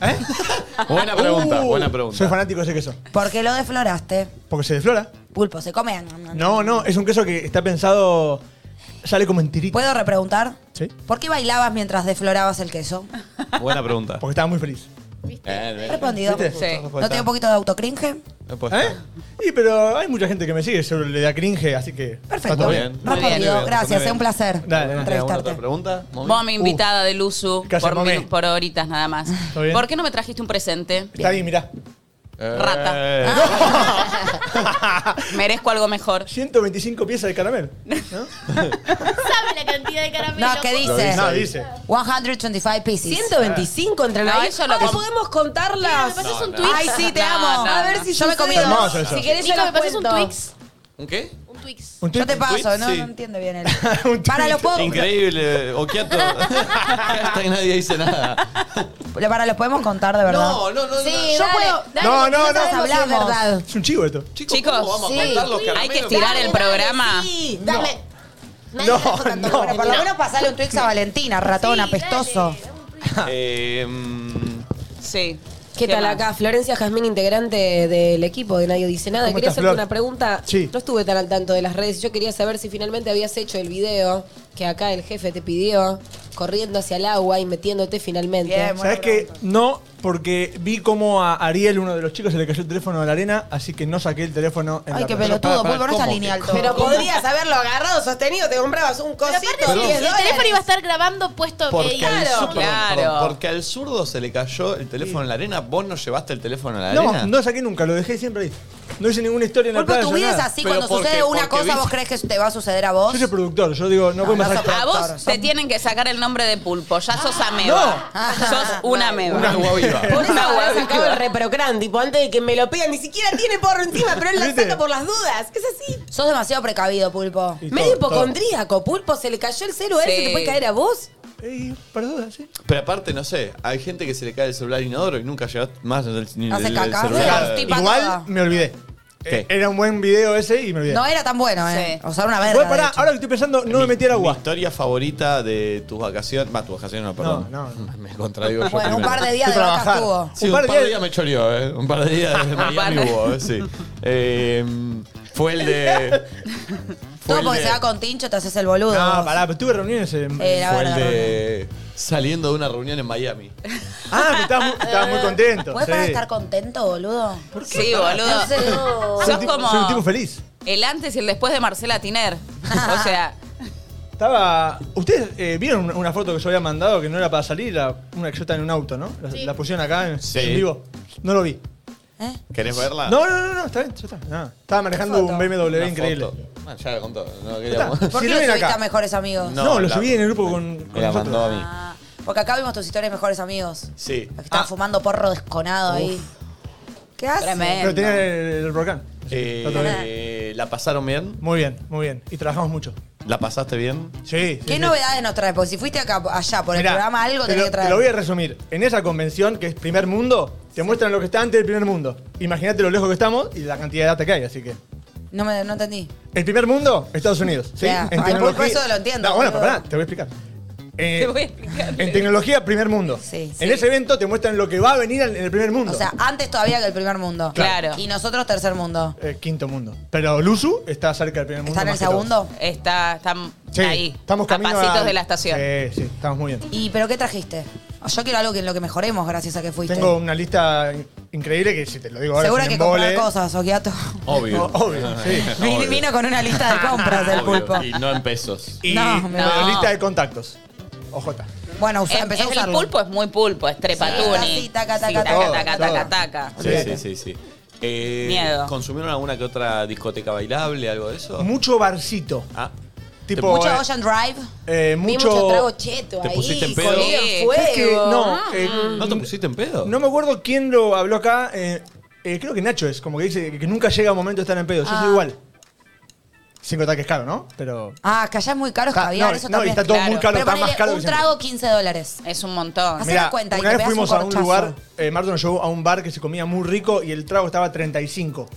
Buena pregunta, Uh. buena pregunta. ¿Eh? [laughs] Uh, Soy fanático de ese queso. ¿Por qué lo desfloraste? Porque se desflora. Pulpo, se come. No, no, es un queso que está pensado. Sale como en tirita. ¿Puedo repreguntar? Sí. ¿Por qué bailabas mientras desflorabas el [laughs] queso? Buena pregunta. Porque estaba muy feliz. Eh, Respondido. Sí. ¿Viste? ¿No tiene un poquito de autocringe? Eh, pues, ¿Eh? Y pero hay mucha gente que me sigue, solo le da cringe, así que. Perfecto. todo Muy bien. bien. Respondido. Muy bien, muy Gracias, bien. es un placer Dale, dale. ¿Alguna otra entrevistarte. pregunta? Momi? Momi invitada de Luzu ¿Qué haces, por, Momi? minu- por horitas nada más. ¿Todo bien? ¿Por qué no me trajiste un presente? Está ahí, mirá. Eh, [laughs] Rata. Merezco algo mejor. 125 piezas de caramelo. ¿Sabe la cantidad de caramelo? No, ¿qué Lo dice? No, dice. 125 pieces. 125 No, entrenadores. eso lo Ay, com- Ah, podemos contarlas. ¿Me pasas un no. Twix? Ay, sí, te No, amo. no, a no. ver si yo me comí Hermoso dos. eso. Si querés, yo Nico, las ¿me pasas un cuento. Twix? ¿Un qué? Un Twix. ¿Un Yo te Twix? paso, no, Sí. no entiendo [laughs] bien él. Para, los puedo. Increíble, Oquiato. Hasta que nadie dice nada. Para, los podemos contar de verdad. No, no, no. Sí, yo puedo. No, no, no. Nosotros hablamos. Es un chivo esto. Chicos, hay que estirar el programa. Sí, dale. No, no. Bueno, por lo menos pasale un Twix a Valentina, ratón apestoso. Eh, Sí. ¿Qué, tal más? acá? Florencia Jazmín, integrante del equipo de Nadie Dice Nada. ¿Cómo Quería estás, hacerte Flor? una pregunta. No estuve tan al tanto de las redes. Yo quería saber si finalmente habías hecho el video que acá el jefe te pidió, corriendo hacia el agua y metiéndote finalmente. ¿Sabes qué? No, porque vi como a Ariel, uno de los chicos, se le cayó el teléfono a la arena, así que no saqué el teléfono en Ay, la qué playa. pelotudo, Pará, pará, Pulpo, no es ¿cómo? alineal todo. Pero ¿Cómo? podrías haberlo agarrado sostenido, te comprabas un cosito. Aparte, si diez el dólares. teléfono iba a estar grabando puesto Porque, eh, al claro. zurdo, perdón, porque al zurdo se le cayó el teléfono en la arena. ¿Vos no llevaste el teléfono en la No, arena? no saqué nunca, lo dejé siempre ahí. No hice ninguna historia en la Pulpo, playa. tu vida es nada. así. Cuando sucede una cosa, vos crees que te va a suceder a Yo vos. soy productor, yo digo, Ah, no, podemos hacer. A vos te tienen que sacar el nombre de pulpo. Ya sos ameba. Sos una ameba. Ah, Una agua viva. Por eso Una agua habrá sacado viva. el reprocran, tipo, antes de que me lo pidan, ni siquiera tiene porro encima, pero él la saca por las dudas. Es así. Sos demasiado precavido, Pulpo. Medio hipocondríaco, pulpo, se le cayó el celu, a él se te puede caer a vos. Eh, Para dudas, sí. Pero aparte, no sé, Eh, hay gente que se le cae el celular inodoro y nunca llega más el, ni Hace el- el caca. celular. Sí, Eh, Igual me olvidé. Eh, Era un buen video ese y me olvidé. No era tan bueno, ¿eh? O sea, era una verga. Igual, pará, de hecho. ahora que estoy pensando, no me metí al agua. Mi historia favorita de tus vacaciones. Va, tus vacaciones no, perdón. No, [laughs] Me contradigo yo. Bueno, un primero. par de días de vaca tuvo. Sí, un par, de días me choreó, ¿eh? Un par de [laughs] días de Miami hubo, eh, sí. Eh, fue el [laughs] de. fue Todo el porque de- se va con tincho, te haces el boludo. No, vos. pará, pero tuve reuniones en. Eh, la fue verdad. el de. Saliendo de una reunión en [laughs] Miami. Ah, me estabas muy, estabas muy contento. ¿Puedes para sí. estar contento, boludo? Sí, boludo. No sé. Soy Sos un tipo- como soy un tipo feliz. el antes y el después de Marcela Tiner. O sea, Estaba. Ustedes eh, vieron una- una foto que yo había mandado que no era para salir, era una que yo estaba en un auto, ¿no? La, la pusieron acá en, en vivo. No lo vi. ¿Querés verla? No, no, no, no, está bien, ya está. Nada. Estaba manejando un BMW Una increíble. foto. Bueno, ya la contó. No queríamos. [laughs] ¿Por qué Si no lo ven subiste acá. a mejores amigos? No, lo la- subí en el grupo con. con Me la nosotros. mandó a mí. Porque acá vimos tus historias de mejores amigos. Sí. Ah, Que Ah. estaban fumando porro desconado ahí. ¿Qué haces? Pero tenía el, el volcán. Eh, Otra vez. eh, ¿La pasaron bien? Muy bien, muy bien. Y trabajamos mucho. ¿La pasaste bien? Sí. ¿Qué novedades nos traes? Porque si fuiste acá, allá por el Mirá, programa, algo te tenés lo, que te lo voy a traer. resumir. En esa convención, que es primer mundo, te muestran lo que está antes del primer mundo. Imagínate lo lejos que estamos y la cantidad de data que hay, así que. No, me, no entendí. El primer mundo, Estados Unidos. ¿sí? Ya, En al tecnología- pulpo eso lo entiendo, No, bueno, pero boludo. pará, te voy a explicar. Eh, Te voy a explicar. en tecnología, primer mundo. En ese evento te muestran lo que va a venir en el primer mundo. O sea, antes todavía que el primer mundo. Claro. Y nosotros tercer mundo. Eh, quinto mundo. Pero Luzu está cerca del primer mundo. ¿Está en el más que todos. segundo? está, están Sí, ahí. Estamos a camino pasitos al- de la estación. Sí, sí, estamos muy bien. ¿Y pero qué trajiste? Yo quiero algo que en lo que mejoremos gracias a que fuiste. Tengo una lista in- increíble que si te lo digo ahora. Segura es un que comprar embole. [laughs] cosas, Okiato. Obvio. [laughs] Ah. Obvio, sí. Vin- Vino con una lista de [laughs] compras el Obvio, pulpo. Y no en [laughs] pesos. Y No, me pero va. lista de contactos. OJ. Bueno, usa- Es- empezá a es- usarlo. El pulpo es muy pulpo, es trepatuni. Sí, taca, taca, Sí, taca. taca, Todo, taca, todo. taca, taca. Sí, sí, sí, sí. Eh, Miedo. ¿Consumieron alguna que otra discoteca bailable, algo de eso? Mucho barcito. Ah. Tipo, Mucho eh, Ocean Drive. eh, Vi mucho. mucho trago cheto ¿Te ahí. pusiste en pedo? colgado en ¿Sabes qué? fuego. No, Ah. eh, ¿No te pusiste en pedo? no me acuerdo quién lo habló acá. eh, eh, creo que Nacho es, como que dice que nunca llega un momento de estar en Ah. pedo. Yo soy igual. Sin contar que es caro, ¿no? Pero. Ah, que allá es muy caro es Está- caviar, no, eso no, también. y está todo muy caro, Pero está ponele, más caro que Un siempre. trago 15 dólares. Es un montón. Hacé Mirá, la cuenta y una te vez pegás fuimos un a un corchazo. lugar, eh, Marto nos llevó a un bar que se comía muy rico y el trago estaba 35.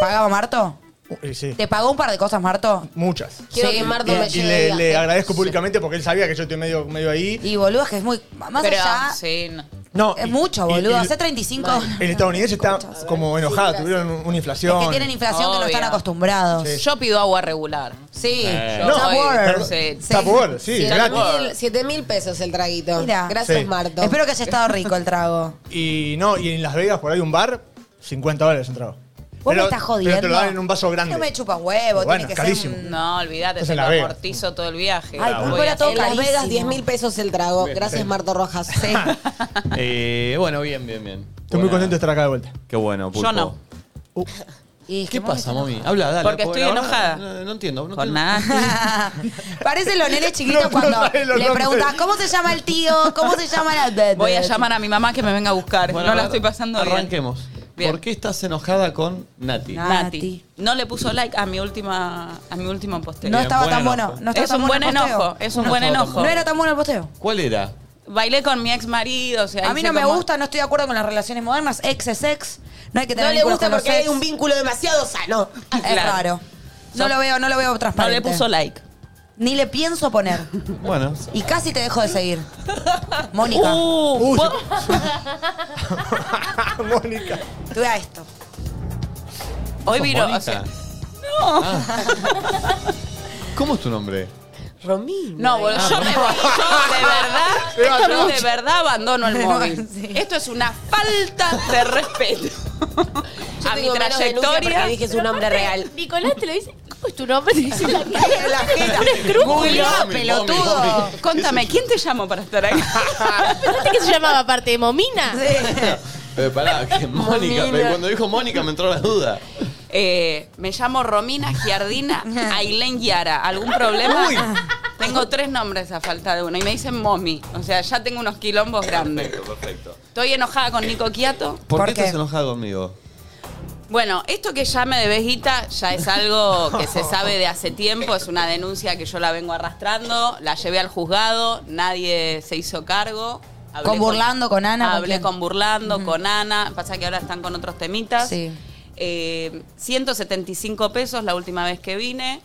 ¿Pagaba Marto? Eh, sí, ¿Te pagó un par de cosas, Marto? muchas. Quiero Sí, que Marto Y- me y lleve de le, viaje. le agradezco públicamente porque él sabía que yo estoy medio, medio ahí. Y boludo, es que es muy. Más Pero, allá. sí, no. No, Es y- mucho, y- boludo. y- Hace 35. El estadounidense está como enojado, tuvieron una inflación. Es que tienen inflación que no Obvio. están acostumbrados. Sí. Yo pido agua regular. Sí. Yo No, soy- Tupperware. sí, sí. Está por, sí, gratis. 7 mil pesos el traguito. Mira. Gracias, Sí. Marto. Espero que haya estado rico el trago. Y no, y en Las Vegas por ahí un bar, 50 dólares un trago. Vos me estás jodiendo. Pero te lo dan en un vaso grande. No me chupa huevo, Bueno, tiene que carísimo. ser. un- No, olvídate, Estás te en lo La Vega. amortizo todo el viaje. Ay, Voy pulpo a- era todo en Las carísimo. Vegas, 10 mil pesos el trago. Gracias, Marto Rojas. [laughs] Eh, bueno, bien, bien, bien. Estoy muy contento de estar acá de vuelta. Qué bueno, Pulpo. Yo no. Y es que ¿Qué mami [laughs] pasa, se mami? Habla, dale. Porque estoy ahora enojada. No, no entiendo. No Con entiendo. nada. Parecen los nenes chiquitos [laughs] No, no cuando sabes los le nombres. preguntas cómo se llama el tío, cómo se llama la. Voy a llamar a mi mamá que me venga a buscar. Bueno, no la ver, estoy pasando bien. Arranquemos. ¿Por qué estás enojada con Nati? Nati. No le puso like a mi última a mi último posteo. No Bien, estaba buen tan enojo. bueno, no estaba es tan un bueno buen el posteo. enojo, es un No buen estaba tan enojo. bueno. No era tan bueno el posteo. ¿Cuál era? Bailé con mi ex marido, o sea, A mí hice no me como- gusta, no estoy de acuerdo con las relaciones modernas. Ex es ex. No hay que tener No le vínculos gusta con los porque hay ex. un vínculo demasiado sano. [laughs] Es raro. No lo veo, no lo veo transparente. No le puso like. Ni le pienso poner. Bueno. Y casi te dejo [laughs] de seguir. Mónica. Uh, po- Ah, [laughs] Mónica. Tuve a esto. Hoy ¿Sos viro, o Mónica? sea, No. ¿Cómo es tu nombre? Romina. No, boludo, yo me voy, yo de verdad, Pero esto yo mucho. de verdad abandono el No, móvil. Esto es una falta de respeto a mi tengo menos denuncia trayectoria. porque dije su nombre real. Nicolás te lo dice. ¿Cómo es tu nombre? Te dice la cara. La jeta. Un escrúpulo. pelotudo. Contame, ¿quién te llamó para estar aquí? ¿Pensaste que se llamaba aparte de Momina? Pero Eh, pará, [laughs] que Mónica. Mónica. pero Cuando dijo Mónica me entró la duda. Eh, me llamo Romina [laughs] Giardina Ailén Guiara. ¿Algún problema? Tengo tres nombres a falta de uno y me dicen mommy. O sea, ya tengo unos quilombos grandes. Perfecto, perfecto. Estoy enojada con Nico Quiato. ¿Por, qué, estás enojada conmigo? Bueno, esto que ya me debes guita ya es algo que se sabe de hace tiempo, es una denuncia que yo la vengo arrastrando, la llevé al juzgado, nadie se hizo cargo. Hablé ¿Con Burlando, con Ana, con Hablé quién? con, Burlando, con Ana, pasa que ahora están con otros temitas. Sí. Eh, 175 pesos la última vez que vine.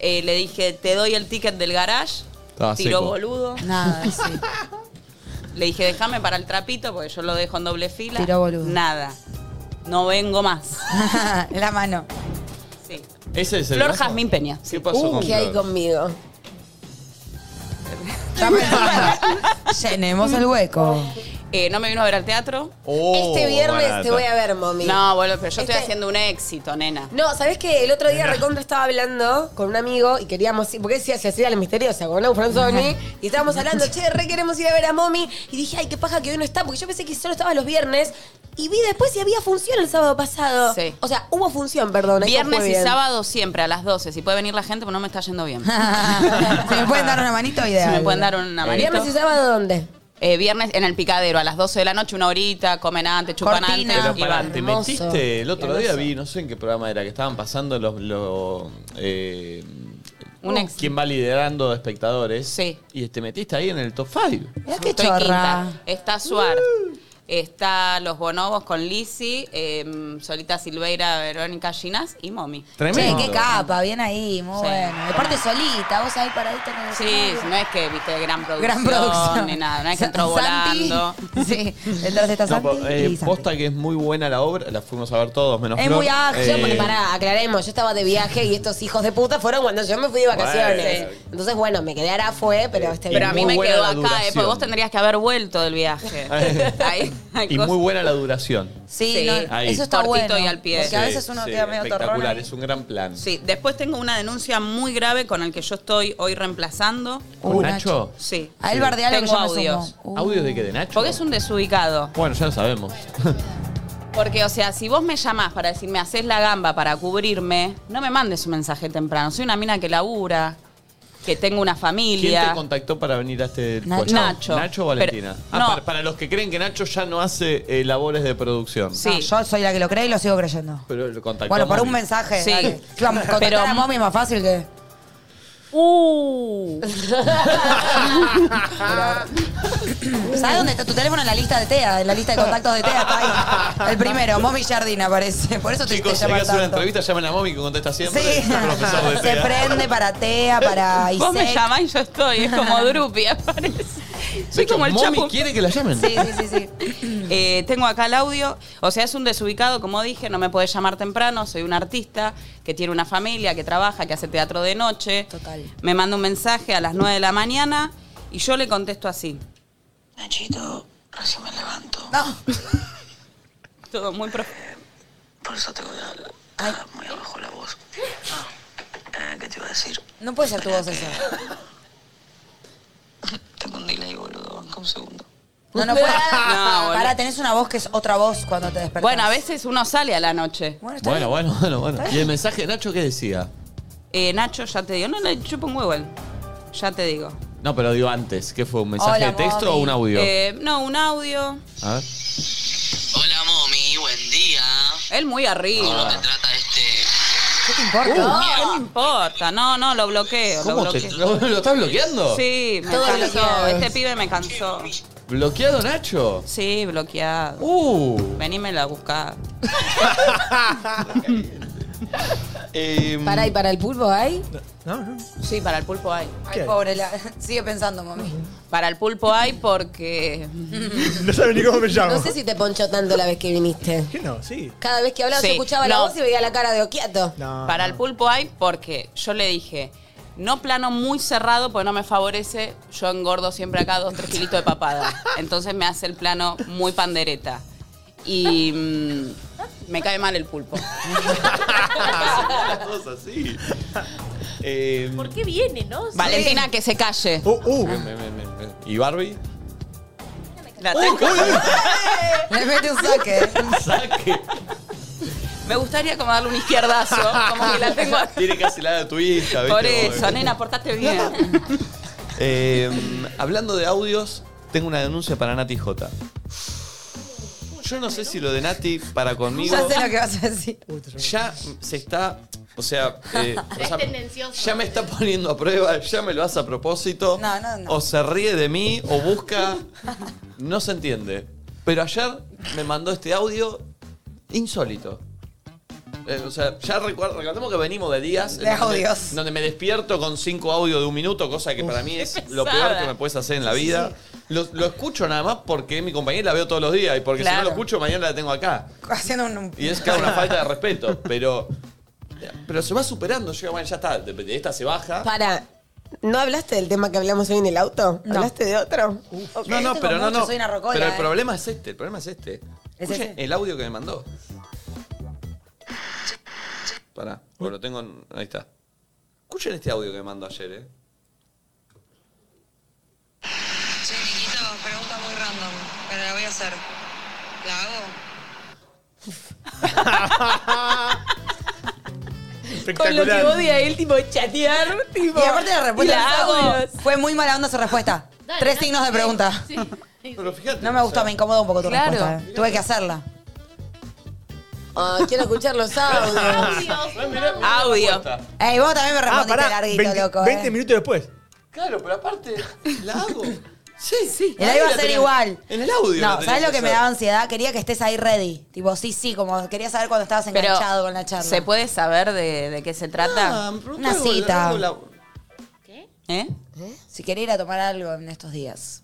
Eh, le dije, te doy el ticket del garage. Estaba Tiro seco. boludo. [laughs] Nada, sí. [laughs] Le dije, déjame para el trapito porque yo lo dejo en doble fila. Tiró boludo. Nada. No vengo más. La mano. Ese es el. Flor brazo? Jazmín Peña. ¿Qué pasó con Uh, ¿Qué hay Flor? conmigo? Llenemos el hueco. [laughs] Eh, no me vino a ver al teatro. Oh, este viernes barata. te voy a ver, mami. No, boludo, pero yo Este- estoy haciendo un éxito, nena. No, ¿sabés qué? El otro día Recontra estaba hablando con un amigo y queríamos ir, porque él decía, se hacía la misteriosa con Lau Franzoni, y [laughs] estábamos hablando, che, re queremos ir a ver a Mommy, y dije, ay, qué paja que hoy no está, porque yo pensé que solo estaba los viernes, y vi después si había función el sábado pasado. Sí. O sea, hubo función, perdón. ahí Viernes conjugué y bien. sábado siempre a las 12. Si puede venir la gente, pues no me está yendo [laughs] bien. Si me pueden dar una manito, ideal. Eh, Si me pueden dar una manito. ¿Viernes y sábado dónde? Eh, viernes en el picadero, a las 12 de la noche, una horita, comen antes, chupan Cortina. antes. Pero y pará, van. te Hermoso. metiste el otro Hermoso. día, vi, no sé en qué programa era, que estaban pasando los. los eh, Un ex. ¿Quién va liderando espectadores? Sí. Y te metiste ahí en el top 5. Mirá qué Estoy chorra. quinta. Está Suar. Está Los Bonobos con Lizzy, em, Solita Silveira, Verónica Ginás y Momi. Che, Tremendo. qué capa, bien ahí, muy Sí. bueno. Y aparte solita, vos ahí paradita en el Sí, escenario. no es que viste gran producción, Gran producción. ni nada, no es que Sa- entró Santi. volando. [laughs] Sí, detrás está No, Santi po- eh, y Santi. posta que es muy buena la obra, la fuimos a ver todos, menos Es Flor. muy ágil, Yo, porque Eh, pará, aclaremos, yo estaba de viaje y estos hijos de puta fueron cuando yo me fui de vacaciones. Bueno. Entonces, bueno, me quedé ahora fue, pero este Pero a mí muy me buena quedó la acá, eh, duración. porque vos tendrías que haber vuelto del viaje. [laughs] Ahí hay Y cosas- muy buena la duración. Sí, Sí. no, Ahí. eso está Cortito bueno. y al pie. Porque a Sí, veces uno sí, queda medio torrón. Espectacular, ahí. es un gran plan. Sí, después tengo una denuncia muy grave con el que yo estoy hoy reemplazando. ¿Con Uh, Nacho? Sí. A él Sí. bardea algo que Tengo yo me audios. sumo. Uh. ¿Audios de qué? ¿De Nacho? Porque es un desubicado. Bueno, ya lo sabemos. Porque, o sea, si vos me llamás para decirme, haces la gamba para cubrirme, no me mandes un mensaje temprano. Soy una mina que labura, que tengo una ¿Quién te familia. contactó para venir a este Nacho. puesto? Nacho. ¿Nacho o Valentina? Pero- Ah, no. para, para los que creen que Nacho ya no hace eh, labores de producción. Sí. No, Ah, yo soy la que lo cree y lo sigo creyendo. Pero lo contactó. Bueno, por Moni. un mensaje. Sí. dale. Claro, contactar Pero- a Momi es más fácil que... Uh. [laughs] ¿Sabes dónde está tu teléfono? En la lista de TEA, en la lista de contactos de TEA. Está ahí. El primero, Momi Jardín aparece. Por eso te, te Chicos, si hay que llaman hacer una tanto. entrevista, llamen a Momi que contesta siempre. Sí. Está profesor de [laughs] Se TEA. prende para TEA, para Vos me ISEC. llamás y yo estoy, es [laughs] como Drupi, aparece. De Soy hecho, como el Momi Chapu. quiere que la llamen. Sí, sí, sí, sí. Eh, tengo acá el audio, o sea, es un desubicado, como dije, no me puede llamar temprano, soy un artista que tiene una familia, que trabaja, que hace teatro de noche. Total. Me manda un mensaje a las 9 de la mañana y yo le contesto así. Nachito, recién me levanto. No. Todo muy profundo. Por eso tengo la, la- muy abajo la voz. Ah, eh, ¿Qué te iba a decir? No puede ser tu voz esa. [laughs] Tengo un delay, boludo. Banca un segundo. No, no puede. No, boludo. Pará, tenés una voz que es otra voz cuando te despertás. Bueno, a veces uno sale a la noche. Bueno, está Bueno, bien. bueno, bueno, bueno. ¿Y el mensaje de Nacho qué decía? Eh, Nacho, ya te digo, no le chupo un huevo, él. ya te digo. No, pero dio antes. ¿Qué fue? ¿Un mensaje Hola, Eh, de texto o Momi. un audio? Eh, no, un audio. A ver. Hola, mami. Buen Él muy arriba. ¿Qué te importa? no, no importa. No, no, lo bloqueo. ¿Cómo lo te- bloqueo. lo- lo estás bloqueando? Sí, me Todo cansó. bloqueado. Este pibe me cansó. ¿Bloqueado, Nacho? Sí, bloqueado. Uh. Venímela a buscar. Eh, Para y para el pulpo hay. No, no. Sí, para el pulpo hay. ¿Qué hay? pobre, la- [laughs] sigue pensando, mami. Para el pulpo hay porque. No sabe ni cómo me llamo. No sé si te ponchó tanto la vez que viniste. ¿Qué no? Sí. Cada vez que hablabas Sí, yo escuchaba la no. voz y veía la cara de Oquiato. Para el pulpo hay porque yo le dije. No plano muy cerrado porque no me favorece. Yo engordo siempre acá dos, tres kilitos de papada. Entonces me hace el plano muy pandereta. Y mm, me cae mal el pulpo. Las cosas, sí. Eh, ¿Por qué viene, no? Valentina, que se calle. Uh, me- me- me- me- ¿Y [laughs] Barbie? La tengo. Le mete un saque. ¿eh? Saque. Me gustaría como darle un izquierdazo, como que la tengo acá. Tiene casi la de tu hija, ¿viste? Por Como- eso, nena, portaste bien. Eh, hablando de audios, tengo una denuncia para Nati J. Yo no sé si lo de Nati para conmigo Ya sé lo que vas a decir. ya se está, o sea, eh, o Es sea, tendencioso. ya me está poniendo a prueba, ya me lo hace a propósito. No, no, no. O se ríe de mí o busca, no se entiende. Pero ayer me mandó este audio insólito. Eh, o sea, ya recuer- recordemos que venimos de días De en donde- audios. donde me despierto con cinco audios de un minuto, cosa que para mí es qué lo pesada. peor que me puedes hacer en la vida. Lo, lo escucho nada más porque es mi compañera y la veo todos los días y porque si no Claro. lo escucho mañana la tengo acá. Haciendo un. un- Y es cada [laughs] una falta de respeto, pero. Pero se va superando, llega, bueno, ya está, de- de esta se baja. Para. ¿No hablaste del tema que hablamos hoy en el auto? ¿Hablaste de otro? Ok. No, no, Yo pero tengo no, mucho, no. soy una rocola, pero eh. el problema es este, el problema es este. ¿Es Escuchen ese? el audio que me mandó. Pará, porque lo tengo. en- Ahí está. Escuchen este audio que me mandó ayer, eh. Che, Niquito, pregunta muy random, pero la voy a hacer. ¿La hago? Con lo que Espectacular. odia él, tipo chatear, tipo. Y aparte la respuesta y la fue- hago. fue muy mala onda su respuesta. Dale, Tres dale, signos de sí, pregunta. Pero fíjate. No me gustó, me incomodó un poco tu Claro. respuesta. eh. Tuve que hacerla. Ah, quiero escuchar los [laughs] audios. Audio. Ey, vos también me Ah, respondiste pará. larguito, 20, loco. eh. 20 minutos después. Claro, pero aparte, la hago. Sí, sí. Y la iba a hacer igual. En el audio. la No, tenés ¿sabes lo que me hacer. daba ansiedad? Quería que estés ahí ready. Tipo, sí, sí, como quería saber cuando estabas Pero, enganchado con la charla. ¿Se puede saber de, de qué se trata? Ah, me preguntó Una algo, la- cita. algo la- ¿Eh? Si quería ir a tomar algo en estos días.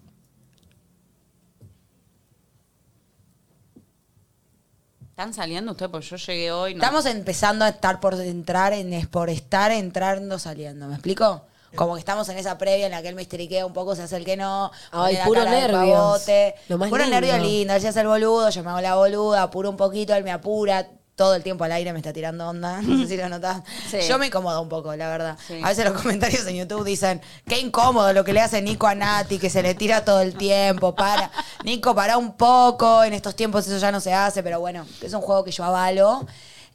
¿Están saliendo ustedes? Porque yo llegué hoy. No. [laughs] Estamos empezando a estar por entrar, en, es por estar entrando, saliendo. ¿Me explico? Como que estamos en esa previa en la que él me estriquea un poco, se hace el que no. Ay, pone la puro cara de nervios. pavote. Lo más puro lindo. nervio lindo. Él se hace el boludo, yo me hago la boluda, apuro un poquito, él me apura. Todo el tiempo al aire me está tirando onda. [laughs] No sé si lo notas. Sí. Yo me incomodo un poco, la verdad. Sí. A veces los [laughs] comentarios en YouTube dicen, qué incómodo lo que le hace Nico a Nati, que se le tira todo el [laughs] tiempo. Para. Nico, para un poco. En estos tiempos eso ya no se hace, pero bueno, es un juego que yo avalo.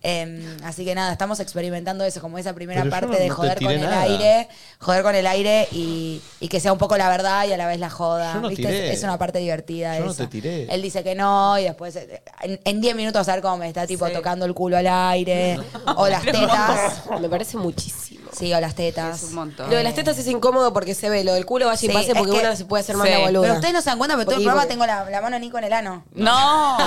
Em, así que nada, estamos experimentando eso, como esa primera Pero yo parte no- de no te joder con tiré el nada. aire, joder con el aire y, y que sea un poco la verdad y a la vez la joda. Yo no ¿viste? tiré. Es, es una parte divertida. Yo no esa. te tiré. Él dice que no y después eh, en en 10 minutos a ver cómo me está tipo Sí. tocando el culo [laughs] al aire o las tetas. Me parece muchísimo. Sí, o las tetas. Es un montón. Lo de las tetas es incómodo porque se ve, lo del culo vaya y Sí, pase porque es que- una se puede hacer más Sí. la boluda. Pero ustedes no se dan cuenta, pero todo el Porque- programa tengo la, la mano de Nico en [laughs] el ano. No.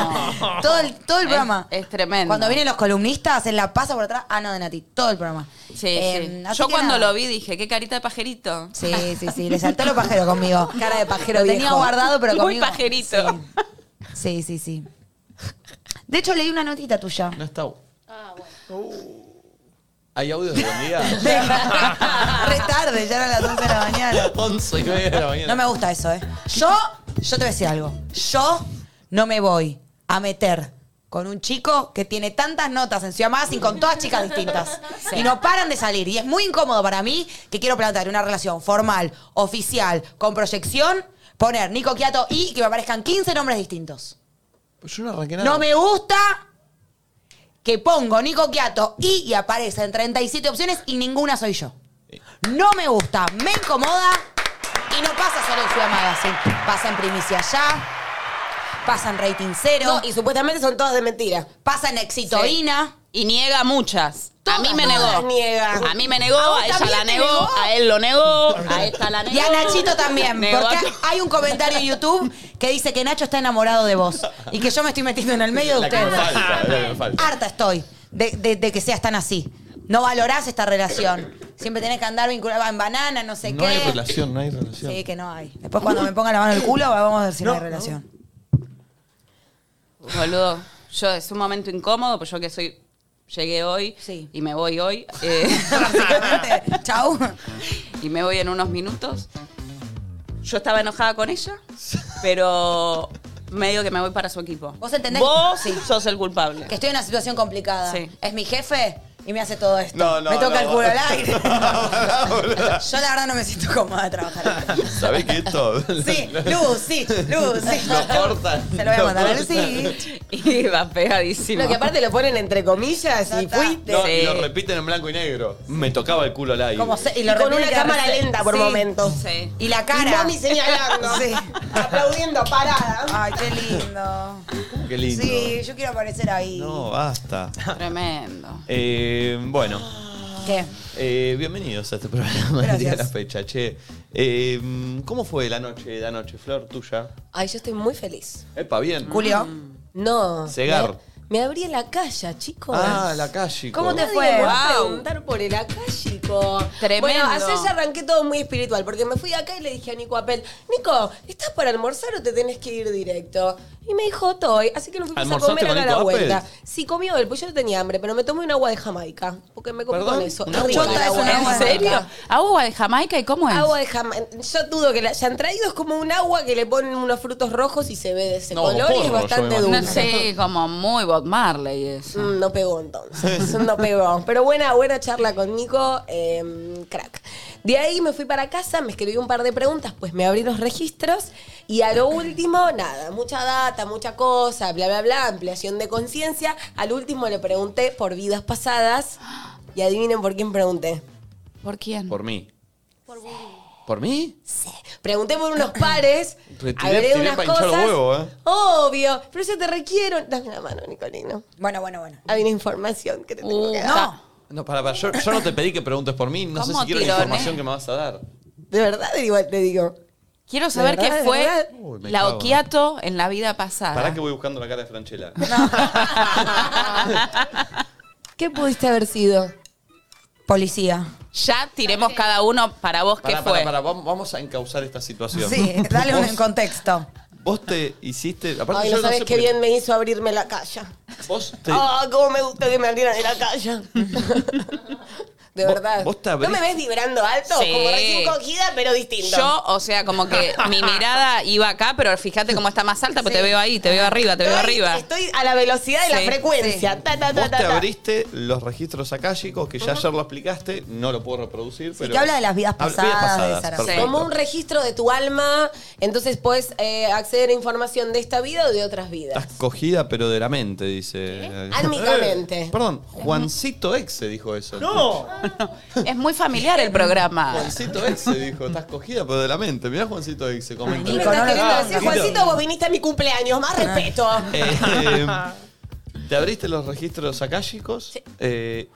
Todo el, todo el programa. Es, es tremendo. Cuando vienen los columnistas, él la pasa por atrás. Ah, no, de Nati. Todo el programa. [laughs] Sí, Eh, sí. así Yo que cuando nada. lo vi dije, qué carita de pajerito. Sí, sí, sí. Le saltó lo pajero [laughs] conmigo. Cara de pajero Lo tenía viejo. guardado, [laughs] pero Muy conmigo. pajerito. Sí, sí, sí. De hecho, leí una notita [laughs] tuya. [laughs] No está. Uh. Ah, bueno. ¿Hay audios de buen día? [laughs] Re tarde, ya eran las 11 de la mañana. 11 y media de la mañana. No me gusta eso, ¿eh? Yo, yo te voy a decir algo. Yo no me voy a meter con un chico que tiene tantas notas en Ciudad Magazine con todas chicas distintas. Y no paran de salir. Y es muy incómodo para mí que quiero plantear una relación formal, oficial, con proyección, poner Nico Quiato y que me aparezcan 15 nombres distintos. Pues yo no arranqué nada. No me gusta que pongo Nico Quiato y, y aparecen 37 opciones y ninguna soy yo. No me gusta, me incomoda y no pasa solo en Ciudad Magazine. Pasa en primicia allá. pasan rating cero. No, y supuestamente son todas de mentira. Pasan exitoína. Y niega muchas. a mí me todas negó. niega. A mí me negó, ¿A vos a ella también la te negó, negó? a él lo [laughs] negó, a esta la negó. Y a Nachito también, Negó a porque to- hay un comentario en YouTube que dice que Nacho está enamorado de vos y que yo me estoy metiendo en el medio de La que me ustedes. falta, la que me falta. Harta estoy de, de- de que seas tan así. No valorás esta relación. Siempre tenés que andar vinculada en banana, no sé No hay qué. relación, no hay relación. Sí, que no hay. Después cuando me ponga la mano en el culo, vamos a ver si no, hay relación. [laughs] Boludo, yo es un momento incómodo, pues yo que soy. Llegué hoy y me voy hoy. [laughs] eh, Chau. Y me voy en unos minutos. Yo estaba enojada con ella, pero medio que me voy para su equipo. ¿Vos entendés? Vos sos el culpable. Que estoy en una situación complicada. Sí. Es mi jefe y me hace todo esto. No, no, me no. toca el culo al [laughs] aire. Yo la verdad no me siento cómoda de trabajar. [laughs] ¿Sabés que esto? [laughs] Sí, Luz, sí, Luz, sí. Lo cortan. Se lo voy a Lo mandar a [laughs] cortan. Lucy. Y va pegadísimo. Lo que aparte lo ponen entre comillas y fuiste. No, y lo repiten en blanco y negro. Me tocaba el culo al aire. Como se- y lo repite cada vez. Sí. Sí. Y la cara. cara. Y mami [laughs] señalando. Sí. Aplaudiendo parada. Ay, qué lindo. Qué lindo. Sí, yo quiero aparecer ahí. No, basta. Tremendo. Eh, bueno, ¿Qué? eh, bienvenidos a este programa del día de la Gracias. fecha, che. Eh, ¿Cómo fue la noche de anoche, Flor, tuya? Ay, yo estoy muy feliz. Epa, bien. Julio. No. Cegar. Me abrí en la calle, chicos. Ah, la calle. ¿Cómo te Nadie fue? me Voy va a a preguntar por el acá, chico. Tremendo. Bueno, ayer ya arranqué todo muy espiritual, porque me fui acá y le dije a Nico Apel, Nico, ¿estás para almorzar o te tenés que ir directo? Y me dijo, estoy. Así que nos fuimos a ¿Almorzaste comer con acá a Nico la Apel? vuelta. Sí, comió él, pues yo no tenía hambre, pero me tomé un agua de Jamaica, porque me comí ¿Perdón? con eso. ¿Una Rico agua de el agua de Jamaica? Jamaica. ¿En serio? ¿Agua de Jamaica y cómo es? Agua de Jamaica. Yo dudo que la hayan traído, es como un agua que le ponen unos frutos rojos y se ve de ese No, color y es porro, yo bastante me dulce. imagino. Sí, como muy Bob Marley eso. Mm, no pegó entonces, no pegó. Pero buena, buena charla con Nico, eh, crack. De ahí me fui para casa, me escribí un par de preguntas, pues me abrí los registros y a lo último, nada, mucha data, mucha cosa, bla, bla, bla, ampliación de conciencia. Al último le pregunté por vidas pasadas y adivinen por quién pregunté. ¿Por quién? Por mí. ¿Por mí? Pregunté por unos pares, Retiré, agregué tiré unas para hinchar cosas. los huevos, ¿eh? Obvio, pero yo te requiero. Dame la mano, Nicolino. Bueno, bueno, bueno. Hay una información que te tengo Uh. que dar. No, No, para, para. Yo, yo no te pedí que preguntes por mí. No sé ¿Cómo si quiero la tirones? información que me vas a dar. De verdad, igual te digo. quiero saber ¿De verdad, qué de fue verdad? Uy, me la cago. Okiato en la vida pasada. Pará que voy buscando la cara de Franchella. ¿Qué pudiste haber sido? Policía. Ya tiremos cada uno para vos qué Pará, fue. pará, pará. Vam- Vamos a encauzar esta situación. Sí, dale un Vos- contexto. Vos te hiciste. Aparte, Ay, yo no sabes sé qué por bien me hizo abrirme la calle. Vos te- Ah, cómo me gusta que me abrieran en la [laughs] calle. De Vos- verdad. vos te ¿No me abriste- ves vibrando alto? Sí. Como recién cogida, pero distinto. Yo, o sea, como que mi mirada iba acá, pero fíjate cómo está más alta, porque te veo ahí, te veo arriba, te veo Estoy- arriba. Estoy a la velocidad de Sí, la frecuencia. Ta, ta, ta, Vos ta, te ta. abriste los registros acálicos que ya ayer lo explicaste, no lo puedo reproducir, pero. que habla de las vidas Habla- pasadas, de pasadas, Sarasate. perfecto. Como un registro de tu alma, entonces puedes eh, acceder a información de esta vida o de otras vidas. Estás cogida, pero de la mente, dice. Álmicamente. Eh, Perdón, Juancito Exe dijo eso. Es muy familiar el programa. Juancito Exe dijo, estás cogida, pero de la mente. Mirá Juancito Exe comentó. ¿Qué me estás queriendo decir, Juancito? Vos viniste a mi cumpleaños, más respeto. Eh, te abriste los registros acálicos,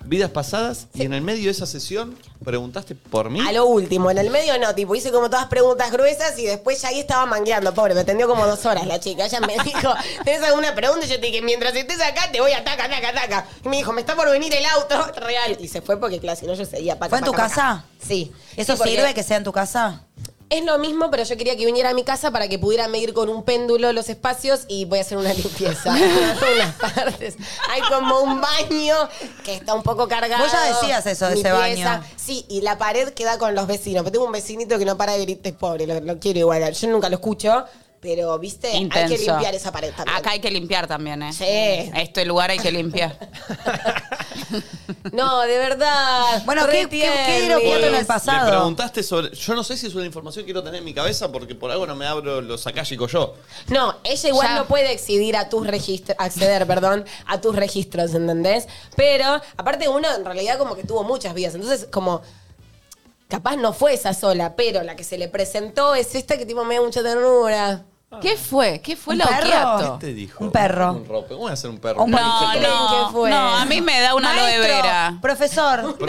vidas pasadas, y en el medio de esa sesión preguntaste por mí. A lo último, en el medio no, tipo, hice como todas preguntas gruesas y después ya ahí estaba mangueando, pobre, me atendió como dos horas la chica. Ella me [laughs] dijo, ¿tenés alguna pregunta? Y yo te dije, mientras estés acá, te voy a taca, taca, taca. Y me dijo, me está por venir el auto, [laughs] real. Y se fue porque, claro, si no, yo seguía para ¿Fue en tu casa? Sí. ¿Eso Sí, porque- sirve que sea en tu casa? Es lo mismo, pero yo quería que viniera a mi casa para que pudiera medir con un péndulo los espacios y voy a hacer una [laughs] limpieza. en las partes. Hay como un baño que está un poco cargado. Vos ya decías eso de Mi ese pieza. baño. Sí, y la pared queda con los vecinos. Pero tengo un vecinito que no para de gritar, es pobre, lo, lo quiero igualar. Yo nunca lo escucho, pero, viste, hay que Intenso. limpiar esa pared también. Acá hay que limpiar también, ¿eh? Sí. Este lugar hay que limpiar. No, de verdad. Bueno, ¿qué- Re qué- qué tiernis. aeropuerto en el Le pasado? preguntaste sobre. Yo no sé si es una información que quiero tener en mi cabeza porque por algo no me abro los acálicos yo. No, ella igual Ya. no puede excedir a tus registros, acceder, perdón, a tus registros, ¿entendés? Pero, aparte uno en realidad como que tuvo muchas vidas, entonces como... Capaz no fue esa sola, pero la que se le presentó es esta que tipo me da mucha ternura. Ah. ¿Qué fue? ¿Qué fue ¿Un lo perro? Okiato? ¿Qué te dijo? Un perro. Un rope. ¿Cómo voy a hacer un perro? Un No, no, no, a mí me da una aloe Maestro, vera. [laughs] Profesor. Profe.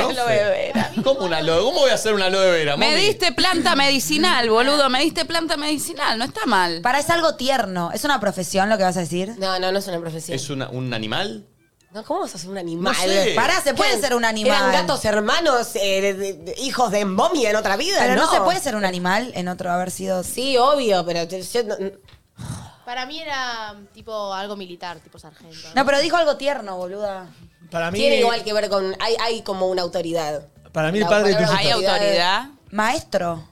¿Cómo una aloe? ¿Cómo voy a hacer una aloe vera, Me mami? diste planta medicinal, boludo. Me diste planta medicinal. No está mal. Para, es algo tierno. ¿Es una profesión lo que vas a decir? No, no, no es una profesión. ¿Es una- un animal? No, ¿cómo vas a ser un animal? No sé. Pará, se puede ¿Eran- ser un animal. Eran gatos hermanos, eh, de- de- de- hijos de momia en otra vida, Pero ¿no? no. se puede ser un animal en otro haber sido. Sí, obvio, pero yo- yo no- Para mí era mm, tipo algo militar, tipo sargento. No, pero dijo algo tierno, boluda. Para mí, tiene igual que ver con. Hay, hay como una autoridad. para mí el padre de tu Hay autoridad. Maestro.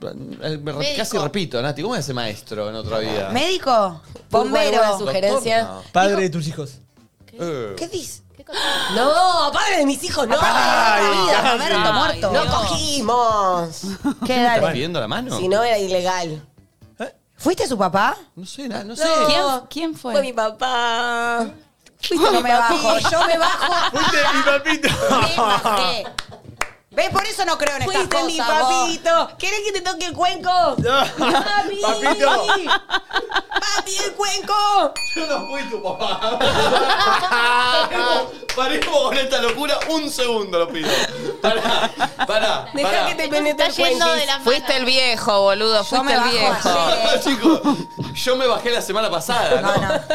Eh, me re- Casi repito, Nati, ¿cómo voy a ser maestro en otra vida? Médico. ¿Alguna Bombero. sugerencia? No. Padre de tus hijos. Eh. ¿Qué dices? No, padre de mis hijos, no. Ay, Roberto, muerto. No cogimos. ¿Qué ¿Me ¿Estás dale? pidiendo la mano? Si no, era ilegal. ¿Fuiste su papá? No sé, na- no sé. No, ¿Quién- quién fue? Fue mi papá. Fuiste [laughs] no me bajo. Yo me bajo. Fuiste mi papito. Me bajé. ¿Ves? Por eso no creo en estas Fuiste cosas. mi vos. papito. ¿Querés que te toque el cuenco? ¡Papi! Papito. ¡Papi, el cuenco! Yo no fui tu papá. Paremos con esta locura un segundo, lo pido. Pará, pará, Deja pará. que te penetre el está yendo cuenquis. de la mano. Fuiste el viejo, boludo. Fuiste me el bajo viejo. ayer. Chicos, yo me bajé la semana pasada.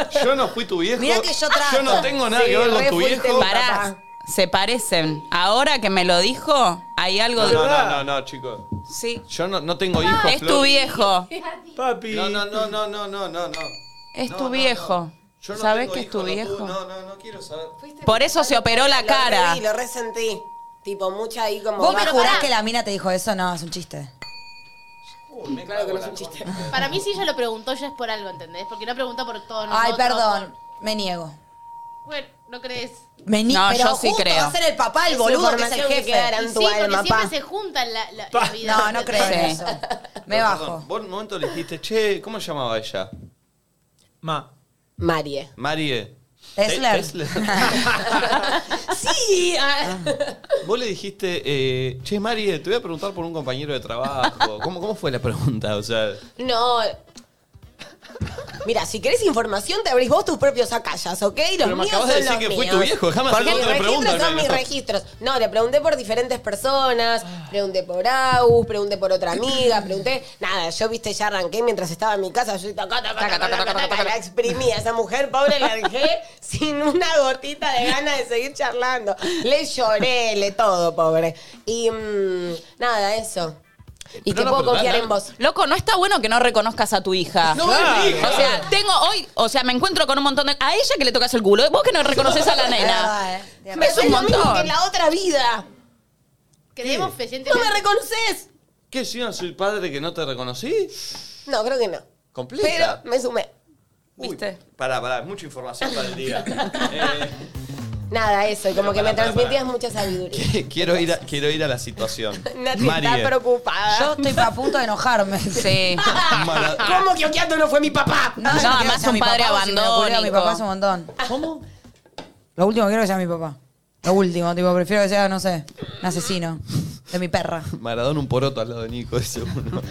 No, Yo no fui tu viejo. Mirá que yo trato. Yo no tengo nada Sí, que ver con re tu fuiste viejo. mi papá. Pará. Se parecen. Ahora que me lo dijo, hay algo No, de. no, no, no, no, chicos. Sí. Yo no, no tengo hijos. Es tu Flor. viejo. Papi. No, no, no, no, no, no, no. no. Es No, tu no, viejo. no. Yo no ¿Sabés tengo que es tu hijos, no viejo? tuve- No, no, no quiero saber. Por eso se operó la Lo cara. reí, lo resentí. Tipo, mucha ahí como. ¿Vos me bajo. jurás que la mina te dijo eso? No, es un chiste. Claro que no es un chiste. Para mí si ella lo preguntó ya es por algo, ¿entendés? Porque no preguntó por todo Ay, nosotros, perdón. por- Me niego. Bueno, ¿no crees? Me niego. No, pero yo sí justo creo. va a ser el papá, el Es boludo, que es el información que jefe. queda Y Tanto sí, porque alma, siempre pa. se juntan la, la- la vida. No, no creo en Sí. eso. Me Pero, bajo. perdón, Vos en un momento le dijiste, che, ¿cómo se llamaba ella? Ma. Marie. Marie. Tesler. Tesler. Sí. ah. Vos le dijiste, eh, che, Marie, te voy a preguntar por un compañero de trabajo. ¿Cómo, cómo fue la pregunta? O sea, No. Mira, si querés información, te abrís vos tus propios acallas, ¿ok? Los Pero me míos acabas de son decir los que fui míos. tu viejo, dejame hacer Porque otra mis pregunta, registros son Nano. mis registros. No, le pregunté por diferentes personas, Ah. pregunté por Agus, pregunté por otra amiga, pregunté... Nada, yo, viste, ya arranqué mientras estaba en mi casa, yo taca, taca, taca, taca, taca, taca, la exprimí a esa mujer, pobre, la dejé [laughs] sin una gotita de ganas de seguir charlando. Le lloré, le todo, pobre. Y mm, nada, eso. Y Pero que no, puedo pero confiar dale. en vos. Loco, no está bueno que no reconozcas a tu hija. no, es mi hija. O sea, tengo hoy, o sea, me encuentro con un montón de. A ella que le tocas el culo, vos que no reconoces a la nena. Ah, eh. Me es un lo mismo que montón. en la otra vida. Creemos feyentemente. ¿No me reconoces? ¿qué si no soy padre que no te reconocí? No, creo que no. Completa. Pero me sumé. Uy, ¿Viste? Pará, pará, mucha información para el [laughs] día. Eh, Nada, eso. Y Pero como que me pará, pará, transmitías pará. mucha sabiduría. quiero, ir a, quiero ir a la [laughs] situación. eh, Nati Marie, [laughs] está [laughs] preocupada. Yo estoy pa' a punto de enojarme. Sí. Mara- ¿Cómo que Okiato no fue mi papá? No, yo No, quiero que además un sea Ah, mi papá, padre o si me lo ocurrió, Mi abandónico. papá es un montón. ¿Cómo? Lo último que quiero que sea mi papá. Lo último, tipo, prefiero que sea, no sé, un asesino de mi perra. Maradona un poroto al lado de Nico, ese [laughs] uno.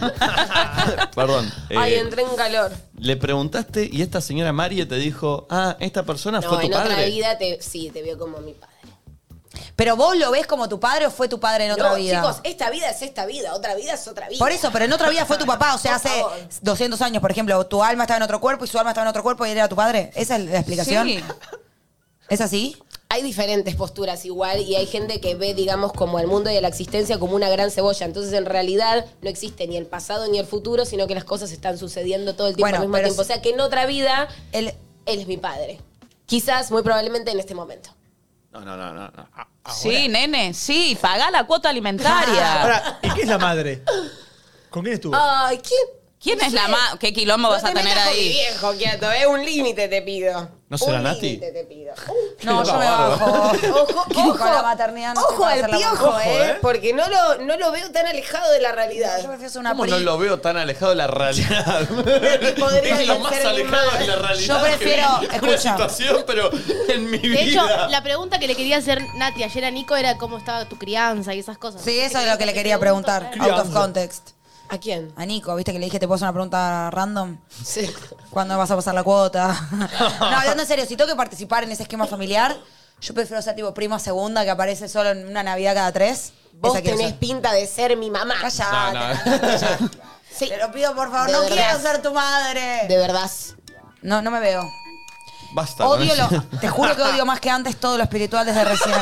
Perdón. eh, Ay, entré en calor. Le preguntaste y esta señora Marie te dijo, ah, esta persona No, fue tu en padre. otra vida te, sí, te vio como mi padre. ¿Pero vos lo ves como tu padre o fue tu padre en otra no, vida? chicos, esta vida es esta vida. Otra vida es otra vida. Por eso, pero en otra vida fue tu papá, o sea, Por hace favor. 200 años, por ejemplo, tu alma estaba en otro cuerpo y su alma estaba en otro cuerpo y él era tu padre. ¿Esa es la explicación? Sí. ¿Es así? Hay diferentes posturas igual y hay gente que ve, digamos, como al mundo y a la existencia como una gran cebolla. Entonces, en realidad, no existe ni el pasado ni el futuro, sino que las cosas están sucediendo todo el tiempo Bueno, al mismo pero tiempo. O si- sea, que en otra vida, Él, él es mi padre. Quizás, muy probablemente, en este momento. No, no, no, no. no. Ah, Sí, nene, sí, pagá la cuota alimentaria. Ahora, ¿y qué es la madre? ¿Con Uh. quién estuvo? Ay, ¿quién? ¿Quién es la sé. más? ¿Qué quilombo No vas a te tener metas con mi ahí? viejo, quieto, ¿eh? Un límite te pido. ¿No será Un Nati? límite [laughs] te pido. no, yo me bárbaro. bajo. [laughs] Ojo, Con ojo, la maternidad no se ojo puede al hacer la piojo, mamá. ¿eh? Porque no lo, no lo veo tan alejado de la realidad. Yo prefiero ser una ¿Cómo no pri- lo veo tan alejado de la realidad? Podría es lo más ser mi alejado madre. de la realidad. Yo prefiero- que vi. escucha. Una situación, pero en mi De hecho, vida. la pregunta que le quería hacer Nati ayer a Nico era cómo estaba tu crianza y esas cosas. Sí, eso Te es lo que le quería pregunto, preguntar, claro. out of context. ¿A quién? A Nico, ¿viste que le dije te puedo hacer una pregunta random? [laughs] Sí. ¿Cuándo vas a pasar la cuota? [laughs] no, hablando en serio, si tengo que participar en ese esquema familiar, yo prefiero ser tipo prima segunda que aparece solo en una Navidad cada tres. Vos Esa quiero tenés ser. pinta de ser mi mamá. Callate. Te lo pido, por favor, De no verdad. quiero ser tu madre. De verdad. No, no me veo. Basta. con Odio eso. lo- [laughs] te juro que odio más que antes todo lo espiritual desde recién.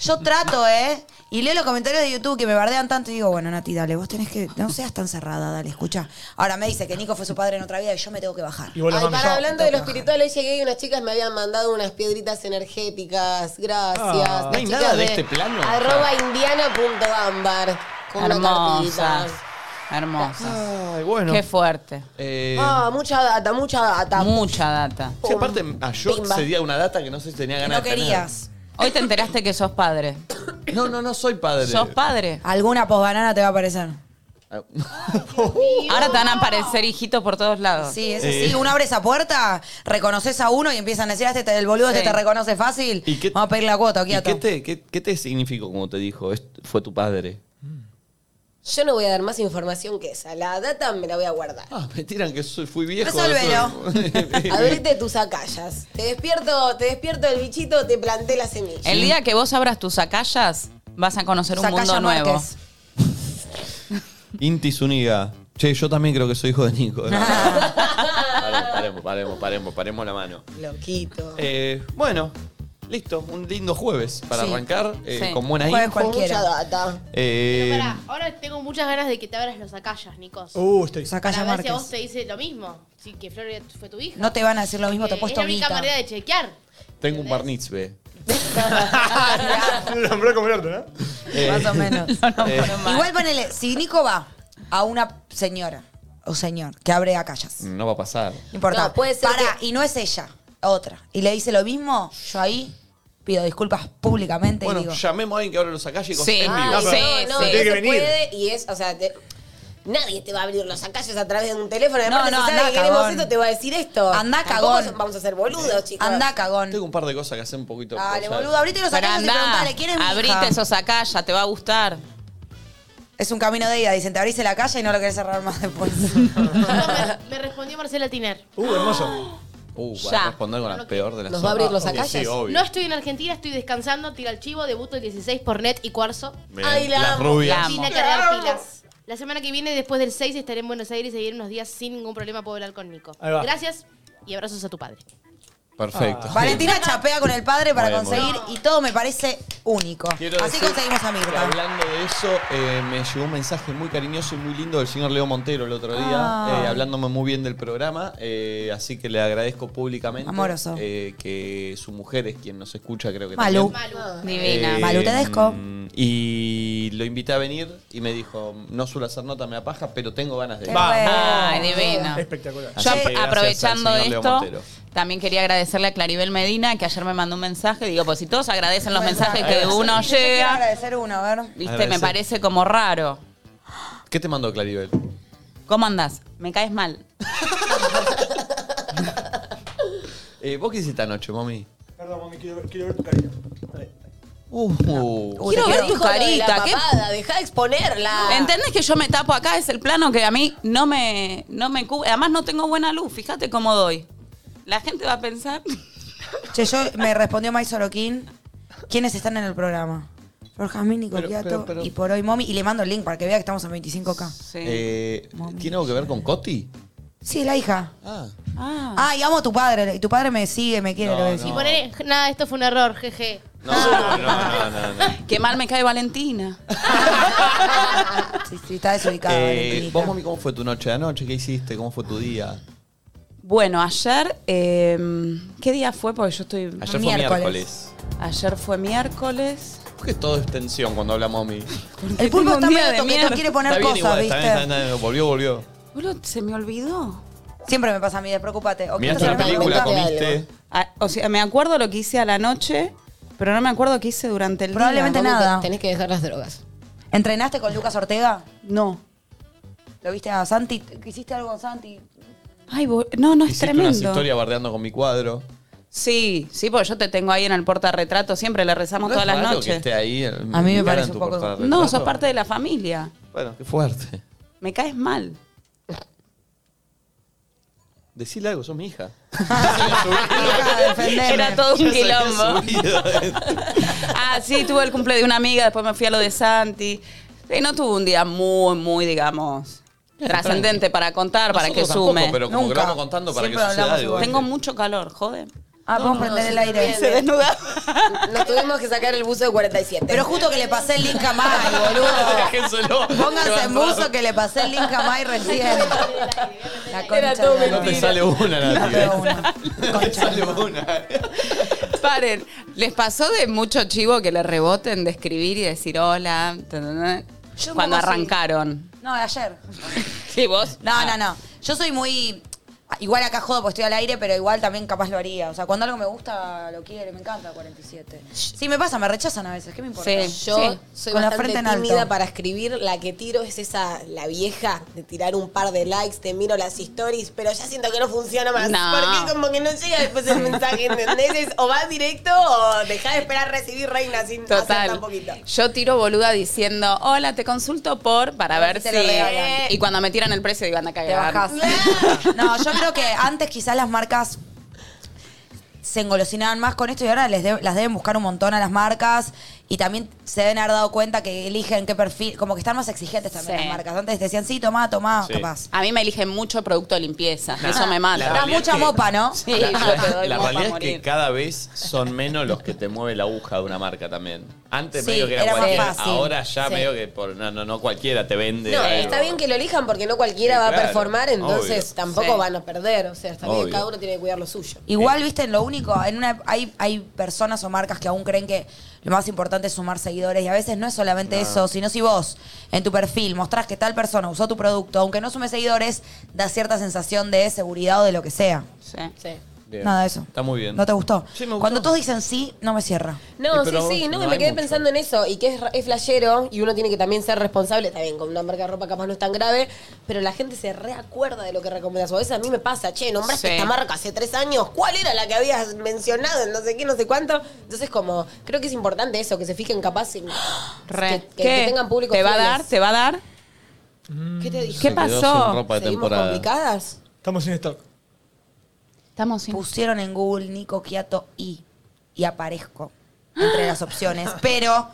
Yo trato, ¿eh? Y leo los comentarios de YouTube que me bardean tanto y digo, bueno, Nati, dale, vos tenés que. No seas tan cerrada, dale, escucha. Ahora me dice que Nico fue su padre en otra vida y yo me tengo que bajar. Ay, para, hablando de lo los espiritual, hoy llegué y unas chicas me habían mandado unas piedritas energéticas. Gracias. Ah. ¿No Las hay chicas nada de este plano? Arroba indiana.ámbar. Con una Hermosas. cartita. Hermosas. Ay, bueno. Qué fuerte. Eh, Ah, mucha data, mucha data. Mucha data. sí, aparte, ah, a yo Pimba. accedí a una data que no sé si tenía ganas de tener. Hoy te enteraste que sos padre. No, no, no soy padre. Sos padre. Alguna posbanana te va a aparecer. Ahora te van a aparecer hijitos por todos lados. Sí, eso Eh. sí. Uno abre esa puerta, reconoces a uno y empiezan a decir, "Ah, este te- el boludo este Sí. te reconoce fácil. ¿Y qué- Vamos a pedir la cuota, ¿Y quieto. qué te, qué, qué te significó como te dijo? "Es- fue tu padre. Yo no voy a dar más información que esa. La data me la voy a [laughs] guardar. Ah, me tiran que soy, fui viejo. Resolvelo. [laughs] soy- Abrite tus acallas. Te despierto, te despierto el bichito, te planté la semilla. El día que vos abras tus acallas, vas a conocer un mundo Zacalla nuevo. Márquez. Inti Zuniga. Che, yo también creo que soy hijo de Nico. No, no, no. paremos, paremos, paremos, paremos, paremos la mano. Loquito. Eh, bueno, listo. Un lindo jueves para Sí. arrancar eh, Sí. con buena Jueves info. cualquiera. Mucha data. Eh, Pará, ahora tengo muchas ganas de que te abras los acallas, Nicos. Uh, estoy. Zacalla Para ver si a vos Márquez. te dice lo mismo. Si que Flor fue tu hija. No te van a decir lo mismo, te he Eh, Es puesto la única guita. manera [laughs] de chequear. tengo un barnitzbe. [laughs] Lo nombró como el orto, ¿no? Eh, Más [laughs] o menos. eh, Igual ponele, si Nico va a una señora o señor que abre acallas, no va a pasar. no importa. No, puede ser Pará, y no es ella, otra. Y le dice lo mismo, yo ahí pido disculpas públicamente Bueno, y digo. llamemos a alguien que ahora los acalles con Sí. en vivo. Ah, sí, No, sí. no Tiene se que venir. puede y es, o sea, te- nadie te va a abrir los acallos a través de un teléfono. Además, No, no, si sabe andá, que queremos cagón. esto, te va a decir esto. Andá, Tampoco cagón. son- Vamos a ser Eh, boludos, chicos. Andá, cagón. Tengo un par de cosas que hacer un poquito. Dale, o sea, boludo, abrite los Pero acallas y andá, preguntale, ¿quién es mi hija? abrite esos acallas, te va a gustar. Es un camino de ida, dicen, te abrís en la calle y no lo querés cerrar [laughs] más después. Me respondió Marcela Tiner. Uh, hermoso. Uh, va Ya. a responder con la peor de las Ah, ¿Nos va a abrir los acallas? Sí, sí, obvio. No estoy en Argentina, estoy descansando, tira el chivo, debuto el 16 por net y cuarzo. Bien. Ay, la Las amo. rubias. La amo. Vine a La cargar amo. pilas. La semana que viene, después del 6, estaré en Buenos Aires y seguiré unos días sin ningún problema puedo hablar con Nico. Ahí va. Gracias y abrazos a tu padre. Perfecto. Valentina chapea con el padre para Muy bien, muy conseguir y todo me parece único. Quiero Así decir conseguimos a que Mirta. Hablando de eso, eh, me llegó un mensaje muy cariñoso y muy lindo del señor Leo Montero el otro día, Ah. eh, hablándome muy bien del programa, eh, así que le agradezco públicamente Amoroso. eh, que su mujer es quien nos escucha, creo que Malu. también. Ah. Divina. Eh, Malu Tedesco. Y lo invité a venir y me dijo, no suelo hacer nota, me apaja, pero tengo ganas de ir. Ay, divino. Eh. Espectacular. Yo Así que gracias aprovechando al señor Leo esto, Montero. también quería agradecerle a Claribel Medina, que ayer me mandó un mensaje. Digo, pues si todos agradecen los mensajes que uno Yo quiero llega, agradecer uno, a ver. viste, me Agradecer. parece como raro. ¿Qué te mandó Claribel? ¿Cómo andás? Me caes mal. Eh, ¿Vos qué hiciste anoche, mami? Perdón, mami, quiero, ver- quiero ver tu cariño. Uh. Quiero te ver quedó tu hijo de carita, La ¿qué- papada, Dejá de exponerla. ¿Entendés que yo me tapo acá? Es el plano que a mí no me, no me cubre. Además, no tengo buena luz. Fíjate cómo doy. La gente va a pensar. Che, yo me respondió May Sorokin. ¿Quiénes están en el programa? Flor Jazmín, Nico Pero, Piatto pero, pero- y por hoy Momi. Y le mando el link para que vea que estamos en 25K. Eh, ¿Tiene algo que ver con Coti? Sí, es la hija. Ah. ah. y amo a tu padre. Y tu padre me sigue, me quiere. No, lo voy a decir. Y poner, nada, esto fue un error, jeje. No, no, no, no, no. Qué mal me cae Valentina. Sí, sí, está desubicada. Eh, Valentinita. vos, mami, ¿cómo fue tu noche de anoche? ¿Qué hiciste? ¿Cómo fue tu día? Bueno, ayer. eh, ¿Qué día fue? Porque yo estoy. Ayer fue miércoles. Ayer fue miércoles. ¿Por qué todo es tensión cuando habla mami? El pulpo Tengo un día está medio de toqueto, mierda. quiere poner está bien cosas, igual, ¿viste? está bien, está bien, está bien. Volvió, volvió. Boludo, se me olvidó. Siempre me pasa a mí, despreocúpate. ¿O qué Miraste la estás hablando? película, Preocupate. comiste. Ah, O sea, me acuerdo lo que hice a la noche, pero no me acuerdo qué hice durante el Probablemente día. nada. Tenés que dejar las [laughs] drogas. ¿Entrenaste con Lucas Ortega? No. ¿Lo viste a Santi? ¿Hiciste algo [laughs] con Santi? Ay, bo- no, no es Hiciste tremendo. una historia bardeando con mi cuadro. Sí, sí, porque yo te tengo ahí en el portarretrato, siempre le rezamos ¿No es todas las raro que noches. esté ahí en- A mí me Milana parece en tu un poco- portarretrato? No, sos parte de la familia. Bueno, qué fuerte. Me caes mal. Decirle algo, sos mi hija. Era todo un Ya se había quilombo. subido. [laughs] Ah, sí, tuve el cumple de una amiga, después me fui a lo de Santi. Sí, no tuve un día muy, muy, digamos, Bien, trascendente para contar, para que Nosotros tampoco, sume. pero como que lo vamos contando para que Siempre suceda hablamos algo, igual. Tengo mucho calor, joven. Ah, vamos a prender el aire. Se desnuda. [laughs] Nos tuvimos que sacar el buzo de 47. Pero justo que le pasé el link a [laughs] Mai, boludo. Déjenselo. Pónganse en buzo que le pasé el link a Mai [laughs] recién. La concha Era todo de la No te lora. sale una, Nati. ¿eh? No, [laughs] no. No te sale una. Paren, ¿les pasó de mucho chivo que le reboten de escribir y decir hola? ta, ta, ta, Yo un Cuando poco sí. arrancaron. No, de ayer. Sí, vos. No, no, no. Yo soy muy. Igual acá jodo porque estoy al aire, pero igual también capaz lo haría. O sea, cuando algo me gusta, lo quiere, me encanta 47. Sí, me pasa, me rechazan a veces, ¿qué me importa? Yo soy Con la bastante frente en alto. tímida para escribir. La que tiro es esa, la vieja, de tirar un par de likes, te miro las stories, pero ya siento que no funciona más. No. Porque como que no llega después el mensaje, ¿entendés? Es o vas directo o dejá de esperar recibir reina sin hacer Total. Ah, tan poquito. Yo tiro boluda diciendo, hola, te consulto por, para ver si. te lo regalan. Y cuando me tiran el precio digo, anda a Te cagar. bajás. [laughs] No, yo creo que antes quizás las marcas se engolosinaban más con esto y ahora les de- las deben buscar un montón a las marcas y también se deben haber dado cuenta que eligen qué perfil, como que están más exigentes también Sí. las marcas. Antes decían, sí, tomá, tomá, Sí. capaz. A mí me eligen mucho producto de limpieza. Nah. Eso me mata. La realidad Da mucha es que- mopa, ¿no? Sí, la, yo te doy la mopa a realidad es morir. que cada vez son menos los que te mueve la aguja de una marca también. Antes Sí, medio que era, era más cualquiera, fácil. ahora ya Sí. medio que por, no, no, no cualquiera te vende. No, algo. está bien que lo elijan porque no cualquiera Sí, va claro, a performar, entonces obvio. tampoco Sí. van a perder. O sea, está bien, Obvio. cada uno tiene que cuidar lo suyo. Igual, viste, lo único, en una, hay, hay personas o marcas que aún creen que lo más importante es sumar seguidores y a veces no es solamente No. eso, sino si vos en tu perfil mostrás que tal persona usó tu producto, aunque no sume seguidores, da cierta sensación de seguridad o de lo que sea. Sí. Bien. Nada de eso. Está muy bien. ¿No te gustó? Cuando todos dicen sí, no me cierra. Sí, No, sí, pero sí, no, no me hay quedé mucho. pensando en eso y que es, ra- es flashero y uno tiene que también ser responsable, está bien, con una marca de ropa capaz no es tan grave, pero la gente se reacuerda de lo que recomendás. O a veces a mí me pasa, che, nombraste Sí. esta marca hace tres años, ¿cuál era la que habías mencionado en no sé qué, no sé cuánto? Entonces como, creo que es importante eso, que se fijen capaz en... [gasps] Re. Que- que tengan público ¿Te va a fieles. dar? ¿Te va a dar? ¿Qué te dije? ¿Qué pasó? ¿Seguimos complicadas? Estamos sin stock. Estamos sin Pusieron en Google Nico Quiato y, y aparezco entre las [laughs] opciones. Pero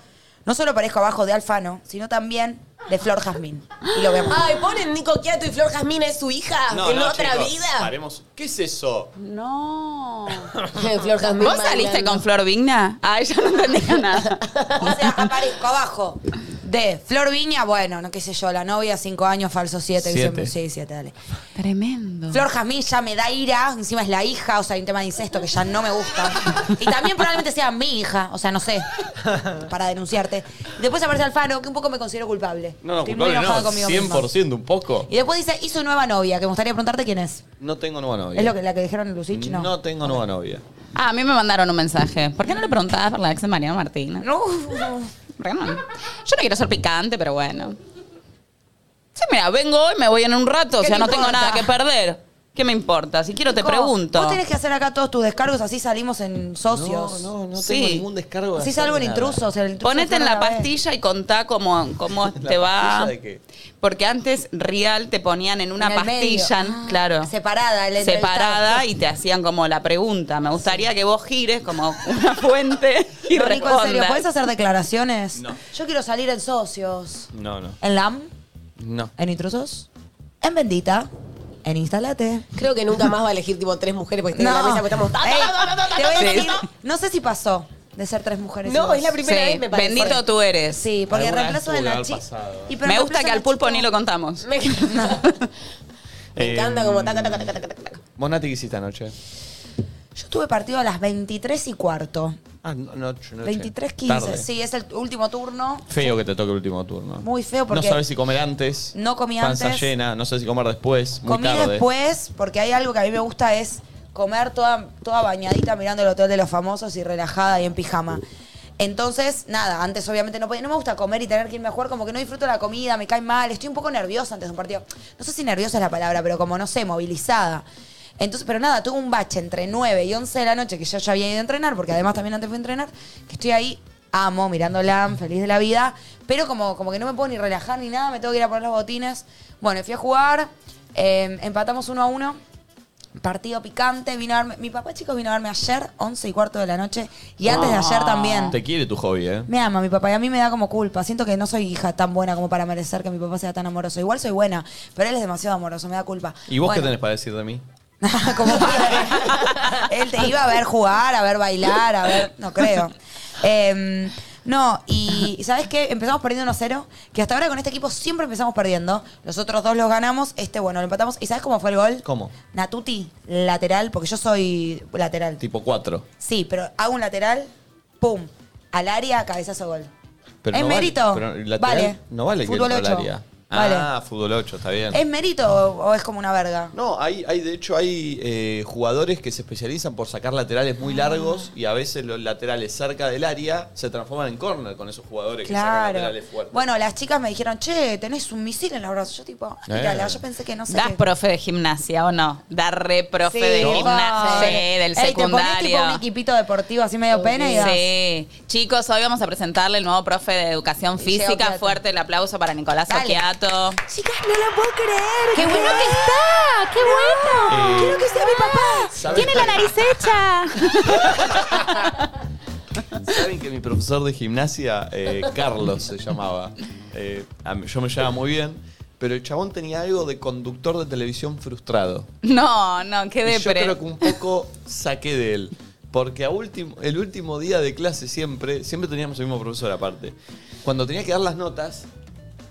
no solo aparezco abajo de Alfano, sino también de Flor Jazmín. Y lo vemos. Ay, ponen Nico Quiato y Flor Jazmina es su hija No, en no, otra chicos, vida. paremos. ¿Qué es eso? No. [laughs] Flor Jazmín ¿Vos saliste bailando. con Flor Vigna? Ah, ella no entendía [laughs] nada. [laughs] Aparezco abajo de Flor Viña, bueno, no qué sé yo, la novia, cinco años, falso siete. Siete. Sí, siete, dale. Tremendo. Flor Jazmín ya me da ira, encima es la hija, o sea, hay un tema de incesto que ya no me gusta. Y también probablemente sea mi hija, o sea, no sé, para denunciarte. Y después aparece Alfano, que un poco me considero culpable. No, no, Estoy culpable muy enojada no. conmigo 100% misma. un poco. Y después dice, hizo nueva novia, que me gustaría preguntarte quién es. No tengo nueva novia. ¿Es lo que, la que dijeron en Lucich? No. No tengo nueva novia. Ah, a mí me mandaron un mensaje. ¿Por qué no le preguntabas por la ex de Mariano Martín? No. [laughs] ¿Por qué no? Yo no quiero ser picante, pero bueno. Sí, mira, vengo hoy, me voy en un rato, o ¿Qué sea, te no tengo importa? nada que perder. ¿Qué me importa? Si quiero te Nico, pregunto. Vos tenés que hacer acá todos tus descargos, así salimos en socios. No, no, no Sí. tengo ningún descargo. de Así hacer salgo en nada. intrusos. el intruso Ponete en fue la una vez. pastilla y contá cómo, [laughs] cómo ¿La te va. pastilla de qué? Porque antes Real te ponían en una En el pastilla, medio. Ah, claro. separada, el Separada entrevistado. y te hacían como la pregunta. Me gustaría que vos gires como una [laughs] fuente y No, Nico, en serio, respondas. ¿puedes hacer declaraciones? Yo quiero salir en socios. No, no. En LAM, No. en Intrusos, en Bendita, en Instalate. Creo que nunca más va a elegir tipo tres mujeres porque No. está en la mesa porque estamos... Ey, te voy a Sí. decir, no sé si pasó de ser tres mujeres. No, y vos. es la primera vez, me parece. Bendito tú eres. Sí, porque el Alguna reemplazo de vez tuvo que haber Nachi. pasado. Y pero Me el gusta reemplazo que de al pulpo Nachi- ni lo contamos. Me Me encanta como taca, taca, taca, ¿Vos, Nati, qué hiciste anoche? Yo tuve partido a las 23 y cuarto. Ah, no, noche, noche. 23.15, Tarde. sí, es el último turno. Feo que te toque el último turno. Muy feo porque- No sabes si comer antes. No comí panza antes. llena, no sabes si comer después. Muy Comí tarde. después, porque hay algo que a mí me gusta es comer toda, toda bañadita mirando el hotel de los famosos y relajada y en pijama. Entonces, nada, antes obviamente no podía, no me gusta comer y tener que irme a jugar, como que no disfruto la comida, me cae mal, estoy un poco nerviosa antes de un partido. No sé si nerviosa es la palabra, pero como no sé, movilizada. Entonces, pero nada, tuve un bache entre 9 y 11 de la noche, que yo ya había ido a entrenar, porque además también antes fui a entrenar, que estoy ahí amo, mirándola, feliz de la vida. Pero como, como que no me puedo ni relajar ni nada, me tengo que ir a poner los botines. Bueno, fui a jugar, eh, empatamos uno a uno. Partido picante, vino a verme- Mi papá, chicos, vino a verme ayer, 11 y cuarto de la noche. Y antes de ayer también. Te quiere tu hobby, ¿eh? Me ama mi papá y a mí me da como culpa. Siento que no soy hija tan buena como para merecer que mi papá sea tan amoroso. Igual soy buena, pero él es demasiado amoroso, me da culpa. ¿Y vos qué Bueno, tenés para decir de mí? [laughs] Él te iba a ver jugar, a ver bailar, a ver. No creo. Em, no, y y ¿sabes qué? Empezamos perdiendo 1-0, que hasta ahora con este equipo siempre empezamos perdiendo. Los otros dos los ganamos, este bueno, lo empatamos. ¿Y sabes cómo fue el gol? ¿Cómo? Natuti, lateral, porque yo soy lateral. Tipo 4. Sí, pero hago un lateral, pum, al área, cabezazo gol. Pero Es no vale- mérito. pero lateral Vale. No vale que Fútbol entró al ocho. área. Vale. Ah, fútbol 8, está bien. ¿Es mérito o o es como una verga? No, hay, hay de hecho hay eh, jugadores que se especializan por sacar laterales muy largos y a veces los laterales cerca del área se transforman en corner con esos jugadores que sacan Claro. laterales fuertes. Bueno, las chicas me dijeron, che, tenés un misil en los brazos. Yo tipo, ah, mirala, Eh. yo pensé que no sé. ¿Das qué. profe de gimnasia o no? ¿Das re profe Sí, de tipo, gimnasia? sí. Sí, eh, del Ey, te ponés secundario. tipo un equipito deportivo así medio pene y das. Sí. Chicos, hoy vamos a presentarle el nuevo profe de educación física. Oquiato. Fuerte el aplauso para Nicolás Dale. Oquiato. Chicas, no la puedo creer. ¡Qué bueno [laughs] que está! ¡Qué bueno! Eh, ¡Quiero que sea mi papá! ¿sabes? ¡Tiene la nariz hecha! Saben que mi profesor de gimnasia, eh, Carlos se llamaba, eh, a mí- yo me llevaba muy bien, pero el chabón tenía algo de conductor de televisión frustrado. [laughs] No, no, qué Y yo depre. creo que un poco saqué de él. Porque a último, el último día de clase siempre, siempre teníamos el mismo profesor aparte. Cuando tenía que dar las notas,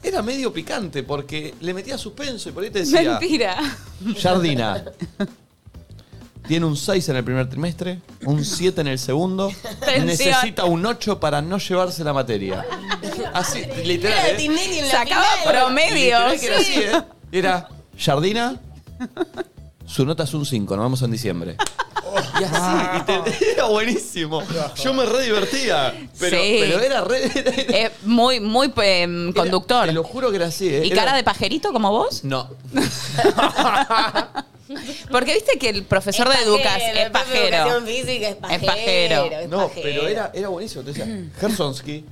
era medio picante porque le metía suspenso y por ahí te decía. [laughs] Mentira. Jardina. Tiene un 6 en el primer trimestre, un 7 en el segundo. Tensión. Necesita un 8 para no llevarse la materia. Así, literal. Era ¿eh? Tinelli en la Sacaba final. promedios. Literal que era así, ¿eh? Era Jardina. Su nota es un 5, nos vamos en diciembre. Y así, y te- era buenísimo. Yo me re divertía. Pero, Sí. pero era re. Es muy, muy em, conductor. te lo juro que era así, ¿eh? ¿Y Era- cara de pajerito como vos? No. [laughs] Porque viste que el profesor de educación es pajero. física es pajero. Es pajero. es No, pajero. pero era, era buenísimo. Te decía, Gersonsky.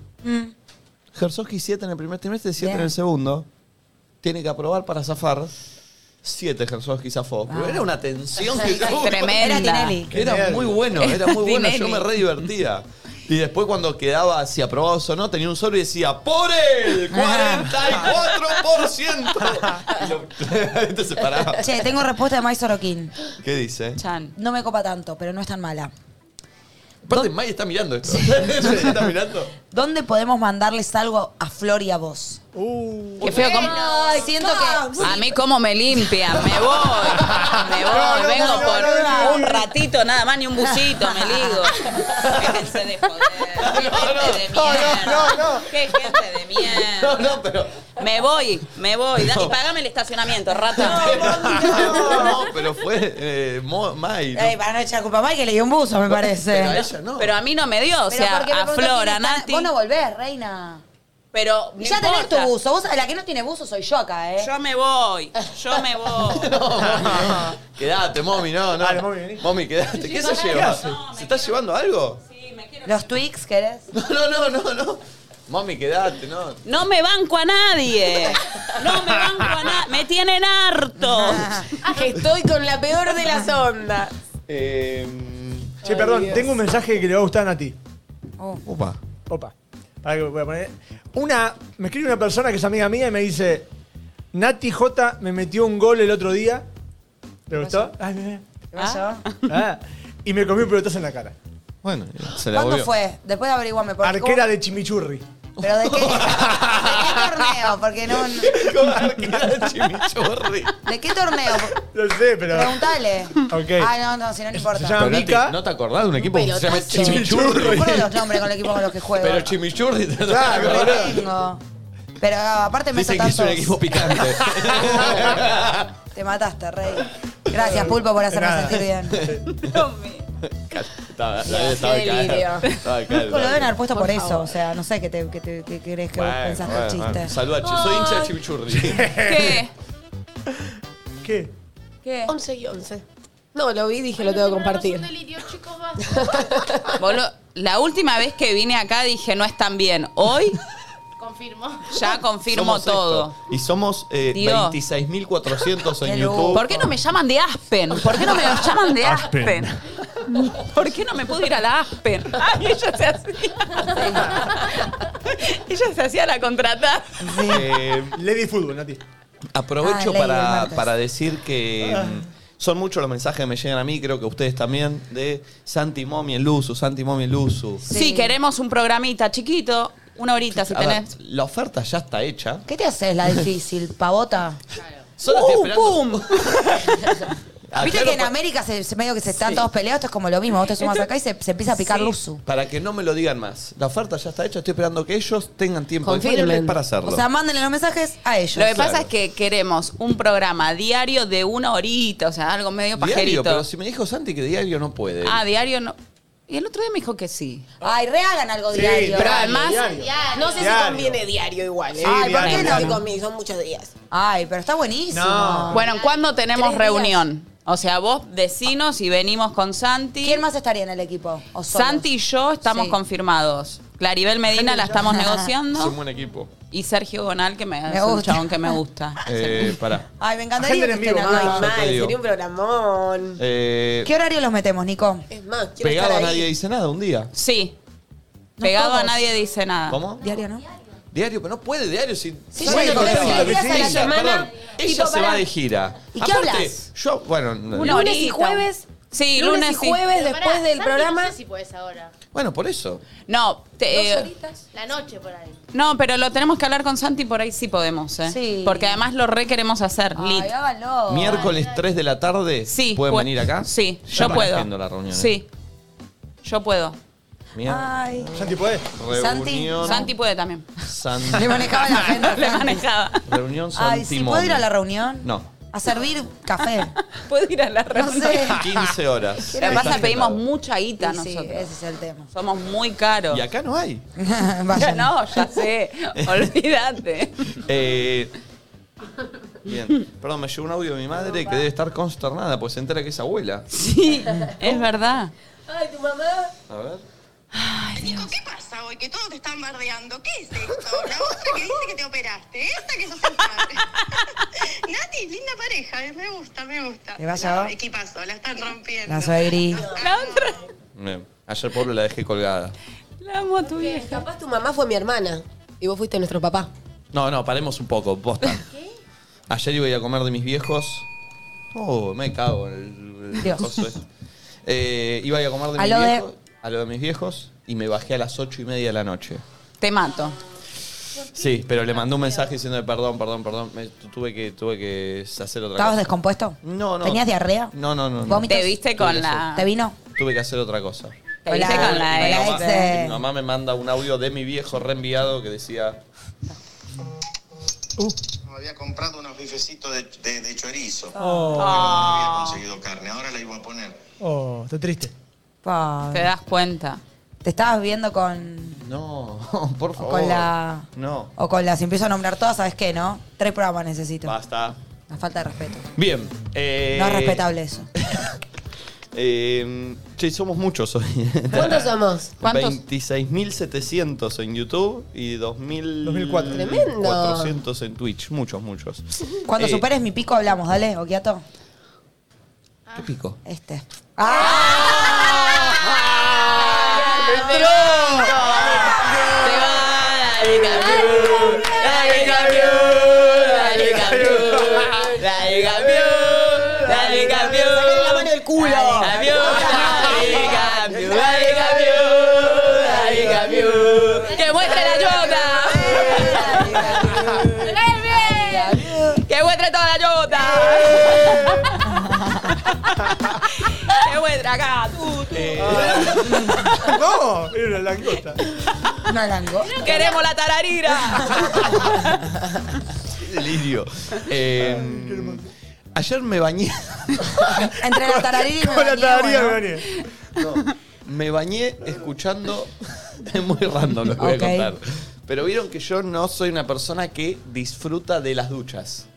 Gersonsky 7 en el primer trimestre, 7 en Bien. el segundo. Tiene que aprobar para zafar. 7 Gersonsky zafó. Pero Ah. era una [laughs] tensión que tuvo. Tremenda. Era Tinelli. Que era muy bueno, era muy bueno. Yo Tinelli. me re divertía. Y después cuando quedaba si aprobados o no, tenía un solo y decía, ¡por él! 44%. Entonces paraba. Che, tengo respuesta de Mai Sorokin. ¿Qué dice? No me copa tanto, pero no es tan mala. Aparte, May está mirando esto. [laughs] está mirando. ¿Dónde podemos mandarles algo a Flor y a vos? Qué feo como. Ay, siento que. A mí como me limpia, me voy, me voy, No, no, vengo no, no, por no, no. un ratito nada más, ni un busito, me ligo. Déjense de joder, qué gente de mierda, qué gente de mierda. No, no, pero... Me voy, me voy, da- y No. pagame el estacionamiento, rata. [laughs] No, pero fue eh, Mo- May. ¿no? Ey, para no echar culpa a Mai, que le dio un buzo, me parece. Pero a ella no. Pero [laughs] a mí no me dio, o Pero sea, porque me a preguntó Flor, quién a está- Nati. Vos no volvés, reina. Pero no ya tenés tu importa. buzo. Vos, la que no tiene buzo soy yo acá, ¿eh? Yo me voy, yo me voy. [laughs] [laughs] Quédate, Momi, no, no. Dale, Momi, quédate. ¿Qué se lleva? ¿Se está llevando algo? ¿Los Twix querés? [laughs] No, no, no, no, no. Mami, quédate, no. No me banco a nadie. No me banco a nadie. Me tienen harto. Estoy con la peor de las ondas. Che, perdón, tengo un mensaje que le va a gustar a Nati. Opa. Opa. Para que voy a poner. Una. Me escribe una persona que es amiga mía y me dice. Nati J me metió un gol el otro día. ¿Te gustó? Ay, mira. [laughs] Ah, y me comí un pelotazo en la cara. Bueno, se ¿Cuándo fue? Después averiguame. Porque Arquera de chimichurri. ¿cómo- ¿Pero [laughs] de qué, de qué torneo? Porque no... Chimichurri. ¿De qué torneo? Lo sé, pero. Preguntale. Ok. Ah, no, no, si no, no importa. Se llama Mica. ¿No te acordás de un equipo que se llama pelotazo. Me Chimichurri? acuerdo de los nombres con el equipo con los que juego. Pero Chimichurri te Ah, Claro, no tengo. Pero ah, aparte me Dicen que es un equipo [laughs] picante. Te mataste, rey. Gracias, Pulpo, por hacerme Nada. sentir bien. Estaba, estaba Qué acá, delirio. estaba acá. Pulpo, lo deben haber puesto por, eso. O sea, no sé qué, te, qué, te- qué querés que vos pensás del chiste. Saluda, che, soy hincha de [laughs] Chimichurri. ¿Qué? ¿Qué? ¿Qué? 11 y 11. No, lo vi y dije, lo tengo que compartir. [laughs] delirio, chicos, basta. Vos lo- la última vez que vine acá dije no están bien. Hoy Confirmo. [laughs] ya confirmo Somos esto. todo. Y somos eh, Dios. 26.400 en YouTube. ¿Por qué no me llaman de Aspen? ¿Por qué no me llaman de Aspen. Aspen? ¿Por qué no me puedo ir a la Aspen? Ay, ella se [laughs] hacía. ella se hacía la contratada. Eh, Lady Fútbol, Nati. Aprovecho Ah, ley del para, martes. para decir que Ah. mm, son muchos los mensajes que me llegan a mí, creo que a ustedes también, de Santi Momi el Luzu, Santi Momi el Luzu. Sí. queremos un programita chiquito, una horita si A ver, tenés. la oferta ya está hecha. ¿Qué te haces la difícil, pavota? Solo estoy esperando. Viste Ah, Aclaro que en pa- América se, se medio que se están todos peleados, esto es como lo mismo, vos te sumas acá y se, se empieza a picar Sí. luzu. Para que no me lo digan más. La oferta ya está hecha, estoy esperando que ellos tengan tiempo Confirmen. disponible para hacerlo. O sea, mándenle los mensajes a ellos. Lo que pasa Claro. es que queremos un programa diario de una horita, o sea, algo medio diario, pajerito. pero si me dijo Santi que diario no puede. Ah, diario no. Y el otro día me dijo que sí. Ay, rehagan algo Sí, diario. pero además- No sé Diario. si conviene diario igual. ¿eh? Sí, Ay, ¿por diario. qué no? No conviene, son muchos días. Ay, pero está buenísimo. No. Bueno, ¿cuándo tenemos Ah. Tres días. reunión? O sea, vos decinos y venimos con Santi. ¿Quién más estaría en el equipo? ¿O solos? Santi y yo estamos Sí. confirmados. Claribel Medina la estamos Es un negociando. buen equipo. Y Sergio Gonal, que me, Me es un gusta. chabón que me gusta. [laughs] Ah, Eh, pará. Ay, me encantaría que Agenden en estén vivo, acá. mal, Ya te mal, digo. sería un programón. Eh, ¿Qué horario los metemos, Nico? Es más, quiero pegado a estar nadie ahí. dice nada un día. Ah. Sí. Pegado todos. a nadie dice nada. ¿Cómo? Diario, ¿no? Diario, pero no puede diario si. Sí, Santi bueno, no pero graba. si días a la Ella, semana, perdón, tipo, ella se pará. va de gira. ¿Y qué Aparte, hablas? Yo, bueno, no- Una Lunes y horita. jueves. Sí, lunes, lunes y sí. jueves Pero después pará, del Santi, programa. No sé si puedes ahora. bueno, por eso. No, te- eh, Dos horitas. La noche por ahí. no, pero lo tenemos que hablar con Santi por ahí sí podemos, ¿eh? Sí. Porque además lo re queremos hacer, lit. Ay, háganlo. Miércoles 3 de la tarde. Sí. ¿Pueden pues, pu- venir acá? Sí, Ya yo están puedo. haciendo la reunión, ¿eh? Sí. Yo puedo. Mierda. Ay. Santi, ¿podés? Santi. Reunión. Santi puede [laughs] también. San- Le manejaba la agenda. [laughs] Le manejaba. Reunión Santi. Ay, si puedo Momi. ir a la reunión No. a servir café. Puede ir a la No reunión. sé. 15 [laughs] horas. Lo que pasa es que pedimos Está mucha guita Sí, sí, nosotros. ese es el tema. Somos muy caros. [laughs] Y acá no hay. [laughs] Vayan. No, ya [laughs] sé. Olvídate. Eh, bien. Perdón, me llegó un audio de mi madre que debe estar consternada, pues se entera que es abuela. Sí, es verdad. Ay, tu mamá. A ver. Nico, ¿qué pasa hoy? Que todos te están bardeando. ¿Qué es esto? La otra que dice que te operaste. Esta que sos el padre. Nati, linda pareja. eh, Me gusta, me gusta. ¿Le vas a No, dar? Equipazo, la están rompiendo. La suegri. La otra. Bien. Ayer Pablo la dejé colgada. La amo a tu vieja. Capaz tu mamá fue mi hermana. Y vos fuiste nuestro [laughs] papá. No, no, paremos un poco, posta. Ayer iba a ir a comer de mis viejos. Oh, me cago en el, el Dios. coso este. Eh, iba a ir a comer de A mis lo de- viejos. A lo de mis viejos y me bajé a las ocho y media de la noche. Te mato. Sí, pero le mandé un mensaje diciendo perdón, perdón, perdón. Me- tu- tuve que, tuve que hacer otra ¿Estabas cosa. descompuesto? No, no. ¿Tenías diarrea? No, no, no. no. Vómito. Te viste con la. ¿Te vino? Tuve que hacer otra cosa. Te viste Hola. con Hola, la. mi, ex. mamá, ex. mi mamá me manda un audio de mi viejo reenviado que decía. Había comprado unos bifecitos de, de- de chorizo. Ah. No había conseguido carne, ahora la iba a poner. Oh, está triste. Pa. Te das cuenta. ¿Te estabas viendo con, No, [laughs] por o favor. con la. No. O con las empiezo a nombrar todas, ¿sabes qué, no? Tres programas necesito. Basta. Una falta de respeto. Bien. eh, No es respetable eso. eh, che, somos muchos hoy. eh. [laughs] ¿Cuántos somos? ¿Cuántos? 26.700 en YouTube y 2.000 2004. Tremendo. 400 en Twitch. Muchos, [laughs] muchos. Cuando Eh, superes mi pico hablamos, dale, Okiato. ¿Qué pico? Este. [laughs] ¡Ah! Te va, dale, campeón. Dale, campeón. Dale, campeón. Dale, campeón. Dale, campeón. Sacale la mano del culo. Dale, campeón. Dale, campeón. Dale, campeón. Que muestre la yota. Dale, bien. Que muestre toda la yota. Que muestre acá. tú, tú. No, era una langosta. Una lango. Queremos la tararira. Qué delirio. Eh, ayer me bañé. Entre la tararira y me [laughs] Con la bañé, tarea bueno. me bañé. No, me bañé [laughs] escuchando. Es muy random lo que Ok. voy a contar. Pero vieron que yo no soy una persona que disfruta de las duchas.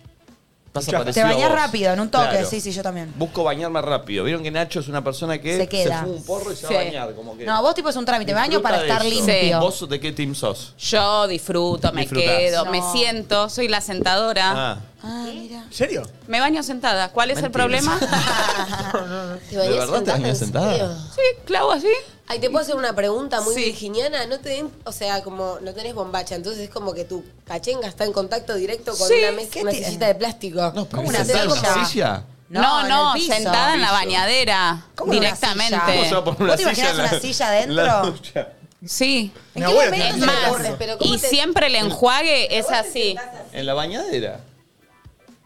Estás Te aparecido bañás vos. rápido, en un toque. Claro. Sí, sí, yo también. Busco bañarme rápido. Vieron que Nacho es una persona que Se queda. fuma un porro y se Sí. va a bañar. Como que No, vos tipo es un trámite. Me baño disfruta para de estar eso. limpio. ¿Vos de qué team sos? Yo disfruto, me Disfrutás. quedo, No. me siento, soy la sentadora. Ah, ¿En serio? Me baño sentada. ¿Cuál es el Mentira. [laughs] problema? ¿De verdad te bañas sentada? Sí, clavo así. Ay, te puedo hacer una pregunta muy virginiana. No te den, o sea, como no tenés bombacha, entonces es como que tu cachenga está en contacto directo con Sí. una, mesa, una sillita de plástico. No, ¿Cómo una silla? No, en no, el piso. sentada en la Piso. bañadera. ¿Cómo en una directamente. silla? Eh. ¿Cómo se va a poner una ¿Vos te imaginas silla en la- una [laughs] silla adentro? en la ducha? Sí. Mi abuela tenía Es una más, silla. Pero y siempre el enjuague es así. ¿En la bañadera?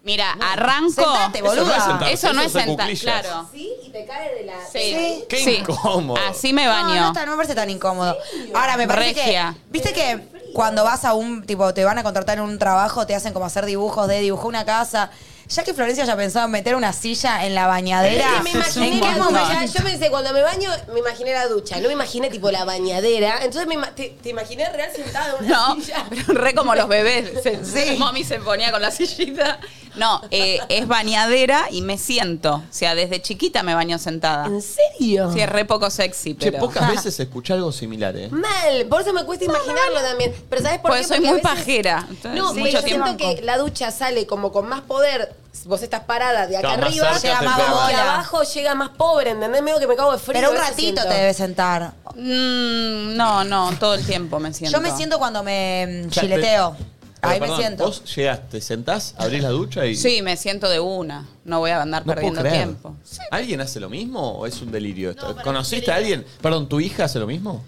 Mira, arranco. Sentate, boluda. Eso no es sentarse, Eso no eso es son sentar, cuclillas. claro. Sí, y te cae de la. Sí. Qué Sí. incómodo. Así me No, no, baño. está- no me parece tan incómodo. Ahora, me parece Regia. que... ¿Viste que cuando vas a un... Tipo, te van a contratar en un trabajo, te hacen como hacer dibujos de dibujó una casa... Ya que Florencia ya pensaba en meter una silla en la bañadera, Es que me imaginé ¿en qué la momento? ducha. Yo pensé, cuando me baño, me imaginé la ducha. No me imaginé tipo la bañadera. Entonces me ima- te, te imaginé real sentada en una No, silla. [laughs] pero re como los [laughs] bebés. Se- [laughs] Mami se ponía con la sillita. No, eh, es bañadera y me siento. O sea, desde chiquita me baño sentada. Ah. ¿En serio? Sí, es re poco sexy, Che, pero. pocas veces escuché algo similar, ¿eh? Mal, por eso me cuesta imaginarlo también. Pero ¿sabes por Porque Pues qué? soy [laughs] Porque a muy veces- pajera. No, Entonces, pero yo mucho tiempo. siento que la ducha sale como con más poder. Vos estás parada de acá Claro, más arriba, cerca Llega te más pega. abajo, bola. abajo llega más pobre, ¿entendés? Medio que me cago de frío. Pero un eso ratito siento. te debes sentar. Mm, no, no, todo el tiempo me siento. Yo me siento cuando me mm, O sea, chileteo. te- Pero, Ahí me perdón, siento. Vos llegás, te sentás, abrís la ducha y. Sí, me siento de una. No voy a andar No puedo perdiendo creer. tiempo. ¿Alguien hace lo mismo o es un delirio esto? ¿Conociste a alguien? Perdón, ¿tu hija hace lo mismo?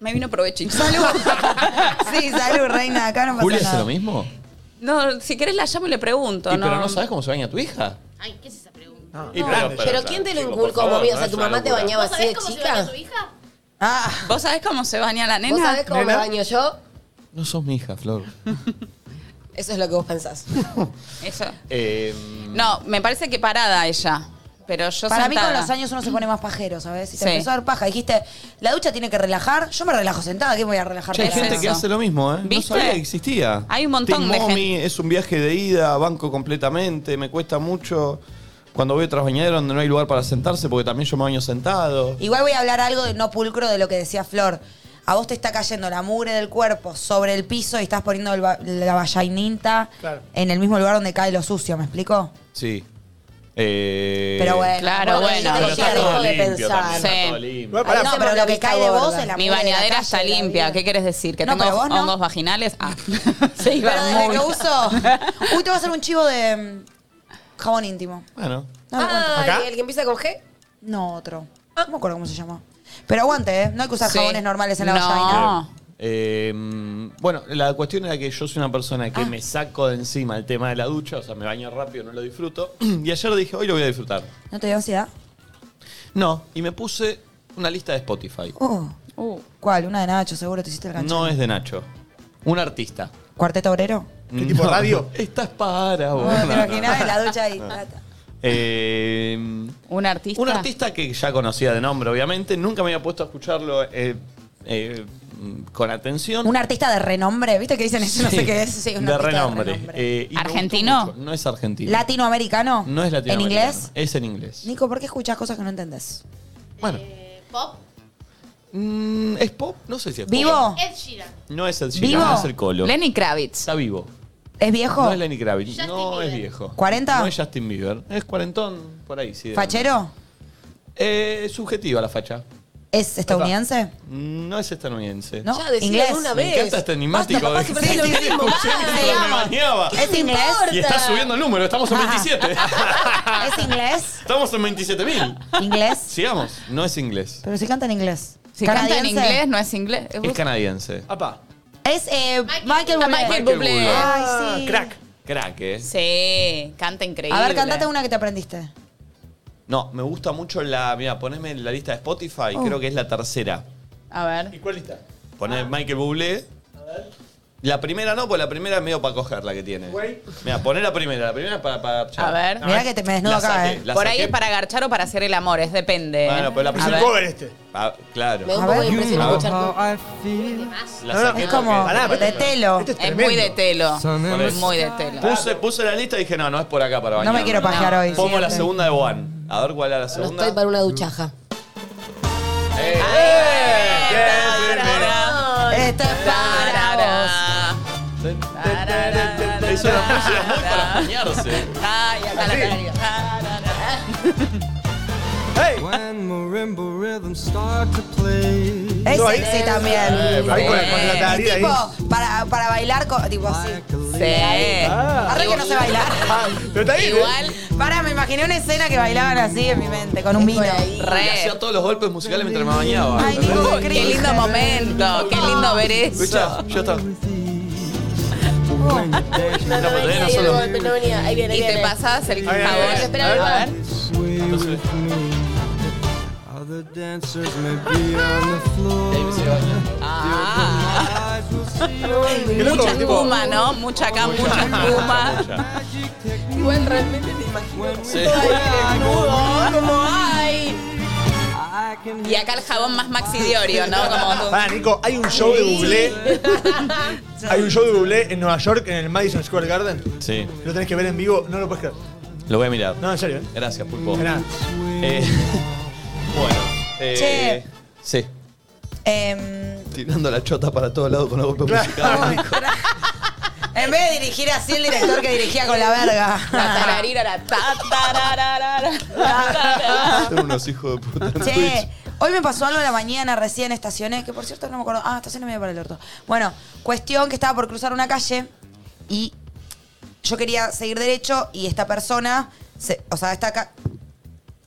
Me vino provecho. Salud. [laughs] sí, salud, reina. Acá no ¿Julia pasa hace lo nada. mismo? [laughs] No, si querés la llamo y le pregunto. Y, no. pero no sabes cómo se baña tu hija. [laughs] Ay, ¿qué es esa pregunta? Y pero- Pero, pero, ¿quién te lo chico, inculcó, por favor, mami? O no sea, es tu una mamá te locura. bañaba ¿Vos así de sabés cómo se baña chica. tu hija? Ah. ¿Vos sabés cómo se baña la nena? ¿Vos sabés cómo me ¿Nena? baño yo? No sos mi hija, Flor. Eso es lo que vos pensás. Eso. Eh, No, me parece que parada ella. Pero yo Para mí sentada. con los años uno se pone más pajero, ¿sabes? Y te Sí. empezó a dar paja. Dijiste, la ducha tiene que relajar. Yo me relajo sentada. ¿Qué voy a relajar? che, hay parada? gente que hace lo mismo, ¿eh? ¿Viste? No sabía que existía. Hay un montón Team de mommy, gente. Es un viaje de ida, banco completamente, me cuesta mucho. Cuando voy a otras bañaderas donde no hay lugar para sentarse, porque también yo me baño sentado. Igual voy a hablar algo de no pulcro de lo que decía Flor. A vos te está cayendo la mugre del cuerpo sobre el piso y estás poniendo el ba- la vallaininta Claro. en el mismo lugar donde cae lo sucio, ¿me explico? Sí. Eh, Pero bueno, Claro, bueno. Pero está todo de limpio también, está Sí. todo limpio. no, pero lo que cae de vos es la Mi mugre de la bañadera está calle, de la limpia. vida. ¿Qué quieres decir? ¿Que No, tengo pero vos no. hongos vaginales? [laughs] Ah. [laughs] sí, Pero va desde muy- [laughs] que uso. Uy, te voy a hacer un chivo de mm, jabón íntimo. Bueno. No me cuento. Ah, ¿y el que empieza con G? No, otro. No me acuerdo cómo se llama. Pero aguante, ¿eh? No hay que usar Sí. jabones normales en la No. vagina. Eh, bueno, la cuestión era que yo soy una persona Ah. que me saco de encima el tema de la ducha, o sea, me baño rápido, no lo disfruto. [clears throat] Y ayer dije, hoy lo voy a disfrutar. ¿No te dio ansiedad? No, y me puse una lista de Spotify. Oh. ¿Cuál? Una de Nacho, seguro te hiciste el gancho. No es de Nacho, un artista. ¿Cuarteto obrero? ¿Qué [laughs] tipo, radio? Estás para, No, boludo. te imaginás en la ducha [laughs] ahí. No. Eh, ¿Un artista? un artista que ya conocía de nombre, obviamente. Nunca me había puesto a escucharlo eh, eh, con atención. Un artista de renombre, ¿viste que dicen eso? No sé Sí, qué es. Sí, un de artista renombre. Eh, y me gustó ¿Argentino? mucho. No es argentino. ¿Latinoamericano? No es ¿En latinoamericano. inglés? Es en inglés. Nico, ¿por qué escuchás cosas que no entendés? Bueno. Eh, ¿Pop? Mm, ¿Es pop? No sé si es pop. Ed Sheeran. No es el Sheeran, ¿Vivo? no es el Colo. Lenny Kravitz. Está vivo. ¿Es viejo? No es Lenny Kravitz. no es viejo. ¿Cuarenta? No es Justin Bieber. Es cuarentón, por ahí, sí. de- ¿Fachero? Eh, subjetiva la facha. ¿Es estadounidense? No es estadounidense. No, Ya, decílo inglés. una Me vez. encanta este animático. [laughs] Basta, papá, siempre es lo Escuché mismo. mientras Basta. me bañaba. ¿Es ¿Qué inglés? importa? Y está subiendo el número. Estamos en Ajá. [laughs] 27. ¿Es inglés? Estamos en 27.000. ¿Inglés? Sigamos. No es inglés. Pero si canta en inglés. Si canta en ¿Canadiense? inglés, no es inglés. Es canadiense. Apa. Es eh, Michael Bublé. Michael Bublé. Ay, sí. Ah, Crack, eh. Sí, canta increíble. A ver, cantate una que te aprendiste. No, me gusta mucho la. Mira, poneme en la lista de Spotify. Oh. Creo que es la tercera. A ver. Ah. ¿Y cuál está? Poné Michael Bublé. La primera no, pues la primera es medio para coger la que tiene. Mira, poné la primera, la primera es para. para A ver. Mirá la eh. saqué, la Por saqué. ahí es para agarchar o para hacer el amor, es depende. Bueno, pues la A primera. ver. este. Ah, claro. Me da un poco de impresión A ver. escuchar Oh, La saqué es como porque- de telo. Es muy de telo. Por Es eso. muy de telo. Puse, puse la lista y dije, no, no es por acá para No bañar. me quiero pajear hoy. Pongo la Siempre. segunda de Juan. A ver cuál era la No segunda. estoy para una duchaja. Eh, ¡Eh! Ah, ¡Eh! Esto es para vos. Eso era música muy para bañarse. Ay, acá la radio. When marimba rhythms start to play. Es sexy Eh, también. Sí. Es tipo, para, para bailar, co- tipo así. Sí. Ah. Arre que no sé bailar. Pero está bien, ¿eh? Igual. Para, me imaginé una escena que bailaban así en mi mente, con un vino. Y hacía todos los golpes musicales mientras me bañaba. Ay, Nico, ¿Entendés? Qué lindo momento. Qué lindo ver eso. Escuchá, yo estaba. No, no pero venía no ahí el solo- golpe, no venía. Ahí viene, Y ahí te viene. pasás el Ahí viene, jabón. ahí viene. Espera, a ver. A ver. Entonces, Other dancers may be on the floor. Ah. Qué loco, Mucha tipo- espuma, ¿no? Mucha acá, mucha espuma. Igual realmente te imagino. Sí. todo ahí desnudo, como, ay. Y acá el jabón más Maxi Diorio, ¿no? [laughs] Como Pará, Nico, hay un show de Bublé. Hay un show de Bublé en Nueva York, en el Madison Square Garden. Sí, Lo tenés que ver en vivo, no lo puedes creer. lo voy a mirar. No, en serio. ¿eh? Gracias, Pulpo. Pará. Eh, [laughs] bueno. Eh, sí. Em, Tirando la chota para todos lados con los golpes musicales. en vez de dirigir así el director que dirigía con la verga. Tatararira, tatararara, tatarara. Son unos hijos de puta. en Twitch. Che, hoy me pasó algo a la mañana, recién estacioné, que por cierto no me acuerdo. Ah, estacioné medio para el orto. Bueno, cuestión que estaba por cruzar una calle y yo quería seguir derecho y esta persona, se- o sea, esta acá.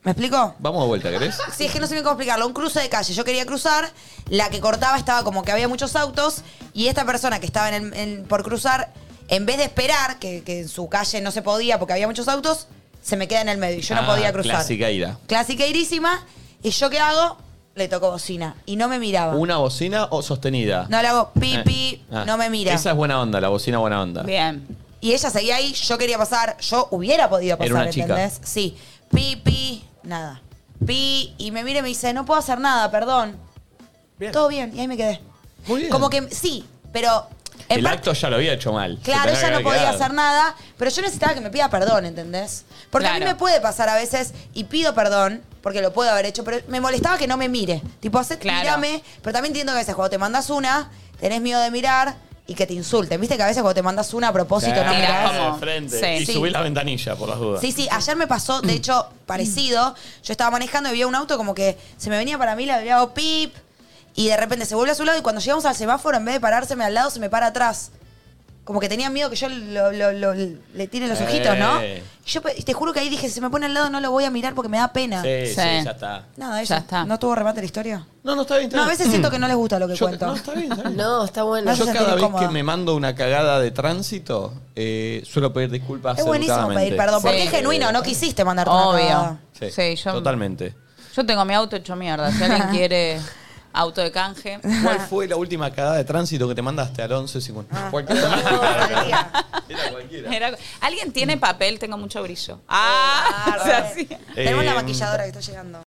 ¿Me explico? Vamos de vuelta, ¿querés? Sí, es que no sé bien cómo explicarlo. Un cruce de calle. Yo quería cruzar, la que cortaba estaba como que había muchos autos y esta persona que estaba en el- en- por cruzar, en vez de esperar, que, que en su calle no se podía porque había muchos autos, se me queda en el medio y yo no Ah, podía cruzar. Clásica ira. Clasiqueirísima. ¿Y yo qué hago? Le toco bocina y no me miraba. ¿Una bocina o sostenida? No le hago pipi, Eh, ah. no me mira. Esa es buena onda, la bocina buena onda. Bien. Y ella seguía ahí, yo quería pasar, yo hubiera podido pasar, Era una chica. ¿entendés? Sí. Pi, pi, nada. Pi, y me mira y me dice, no puedo hacer nada, perdón. Todo bien, y ahí me quedé. Muy bien. Como que sí, pero en El parte- acto ya lo había hecho mal. Claro, Se tenía ella no que podía quedar. hacer nada, pero yo necesitaba que me pida perdón, ¿entendés? Porque a mí Claro. me puede pasar a veces y pido perdón, porque lo puedo haber hecho, pero me molestaba que no me mire. Tipo, hacé, Claro. mírame, pero también entiendo que a veces cuando te mandas una, tenés miedo de mirar y que te insulten. Viste que a veces cuando te mandas una a propósito no Claro, mirás. de frente. Sí. Y Sí. subí la ventanilla, por las dudas. Sí, sí, ayer me pasó, de hecho, parecido. Yo estaba manejando y veía un auto como que se me venía para mí, le había dado pip, y de repente se vuelve a su lado y cuando llegamos al semáforo, en vez de parárseme al lado, se me para atrás. Como que tenía miedo que yo lo- lo- lo- le tire los Eh. ojitos, ¿no? Y yo pe- te juro que ahí dije, si se me pone al lado no lo voy a mirar porque me da pena. Eh, Sí, sí, eh, ya está. Nada, eso. ¿No tuvo remate la historia? No, no está bien. Mm. No, a veces siento que no les gusta lo que Yo- cuento. no, está bien, está bien. No, está bueno. Yo cada vez incómoda. que me mando una cagada de tránsito, eh, suelo pedir disculpas Es buenísimo educadamente. pedir perdón, porque Sí. es genuino, no quisiste mandarte una Obvio. cagada. Sí, Sí, yo- [laughs] totalmente. Yo tengo mi auto hecho mierda. Si [laughs] alguien quiere auto de canje. ¿Cuál fue la última cagada de tránsito que te mandaste al Ah. 11.50? Cualquier Era- Oh, ¿Alguien tiene papel? Tengo mucho brillo. Ah, [laughs] o sea, sí. Tenemos la Eh, maquilladora que está llegando.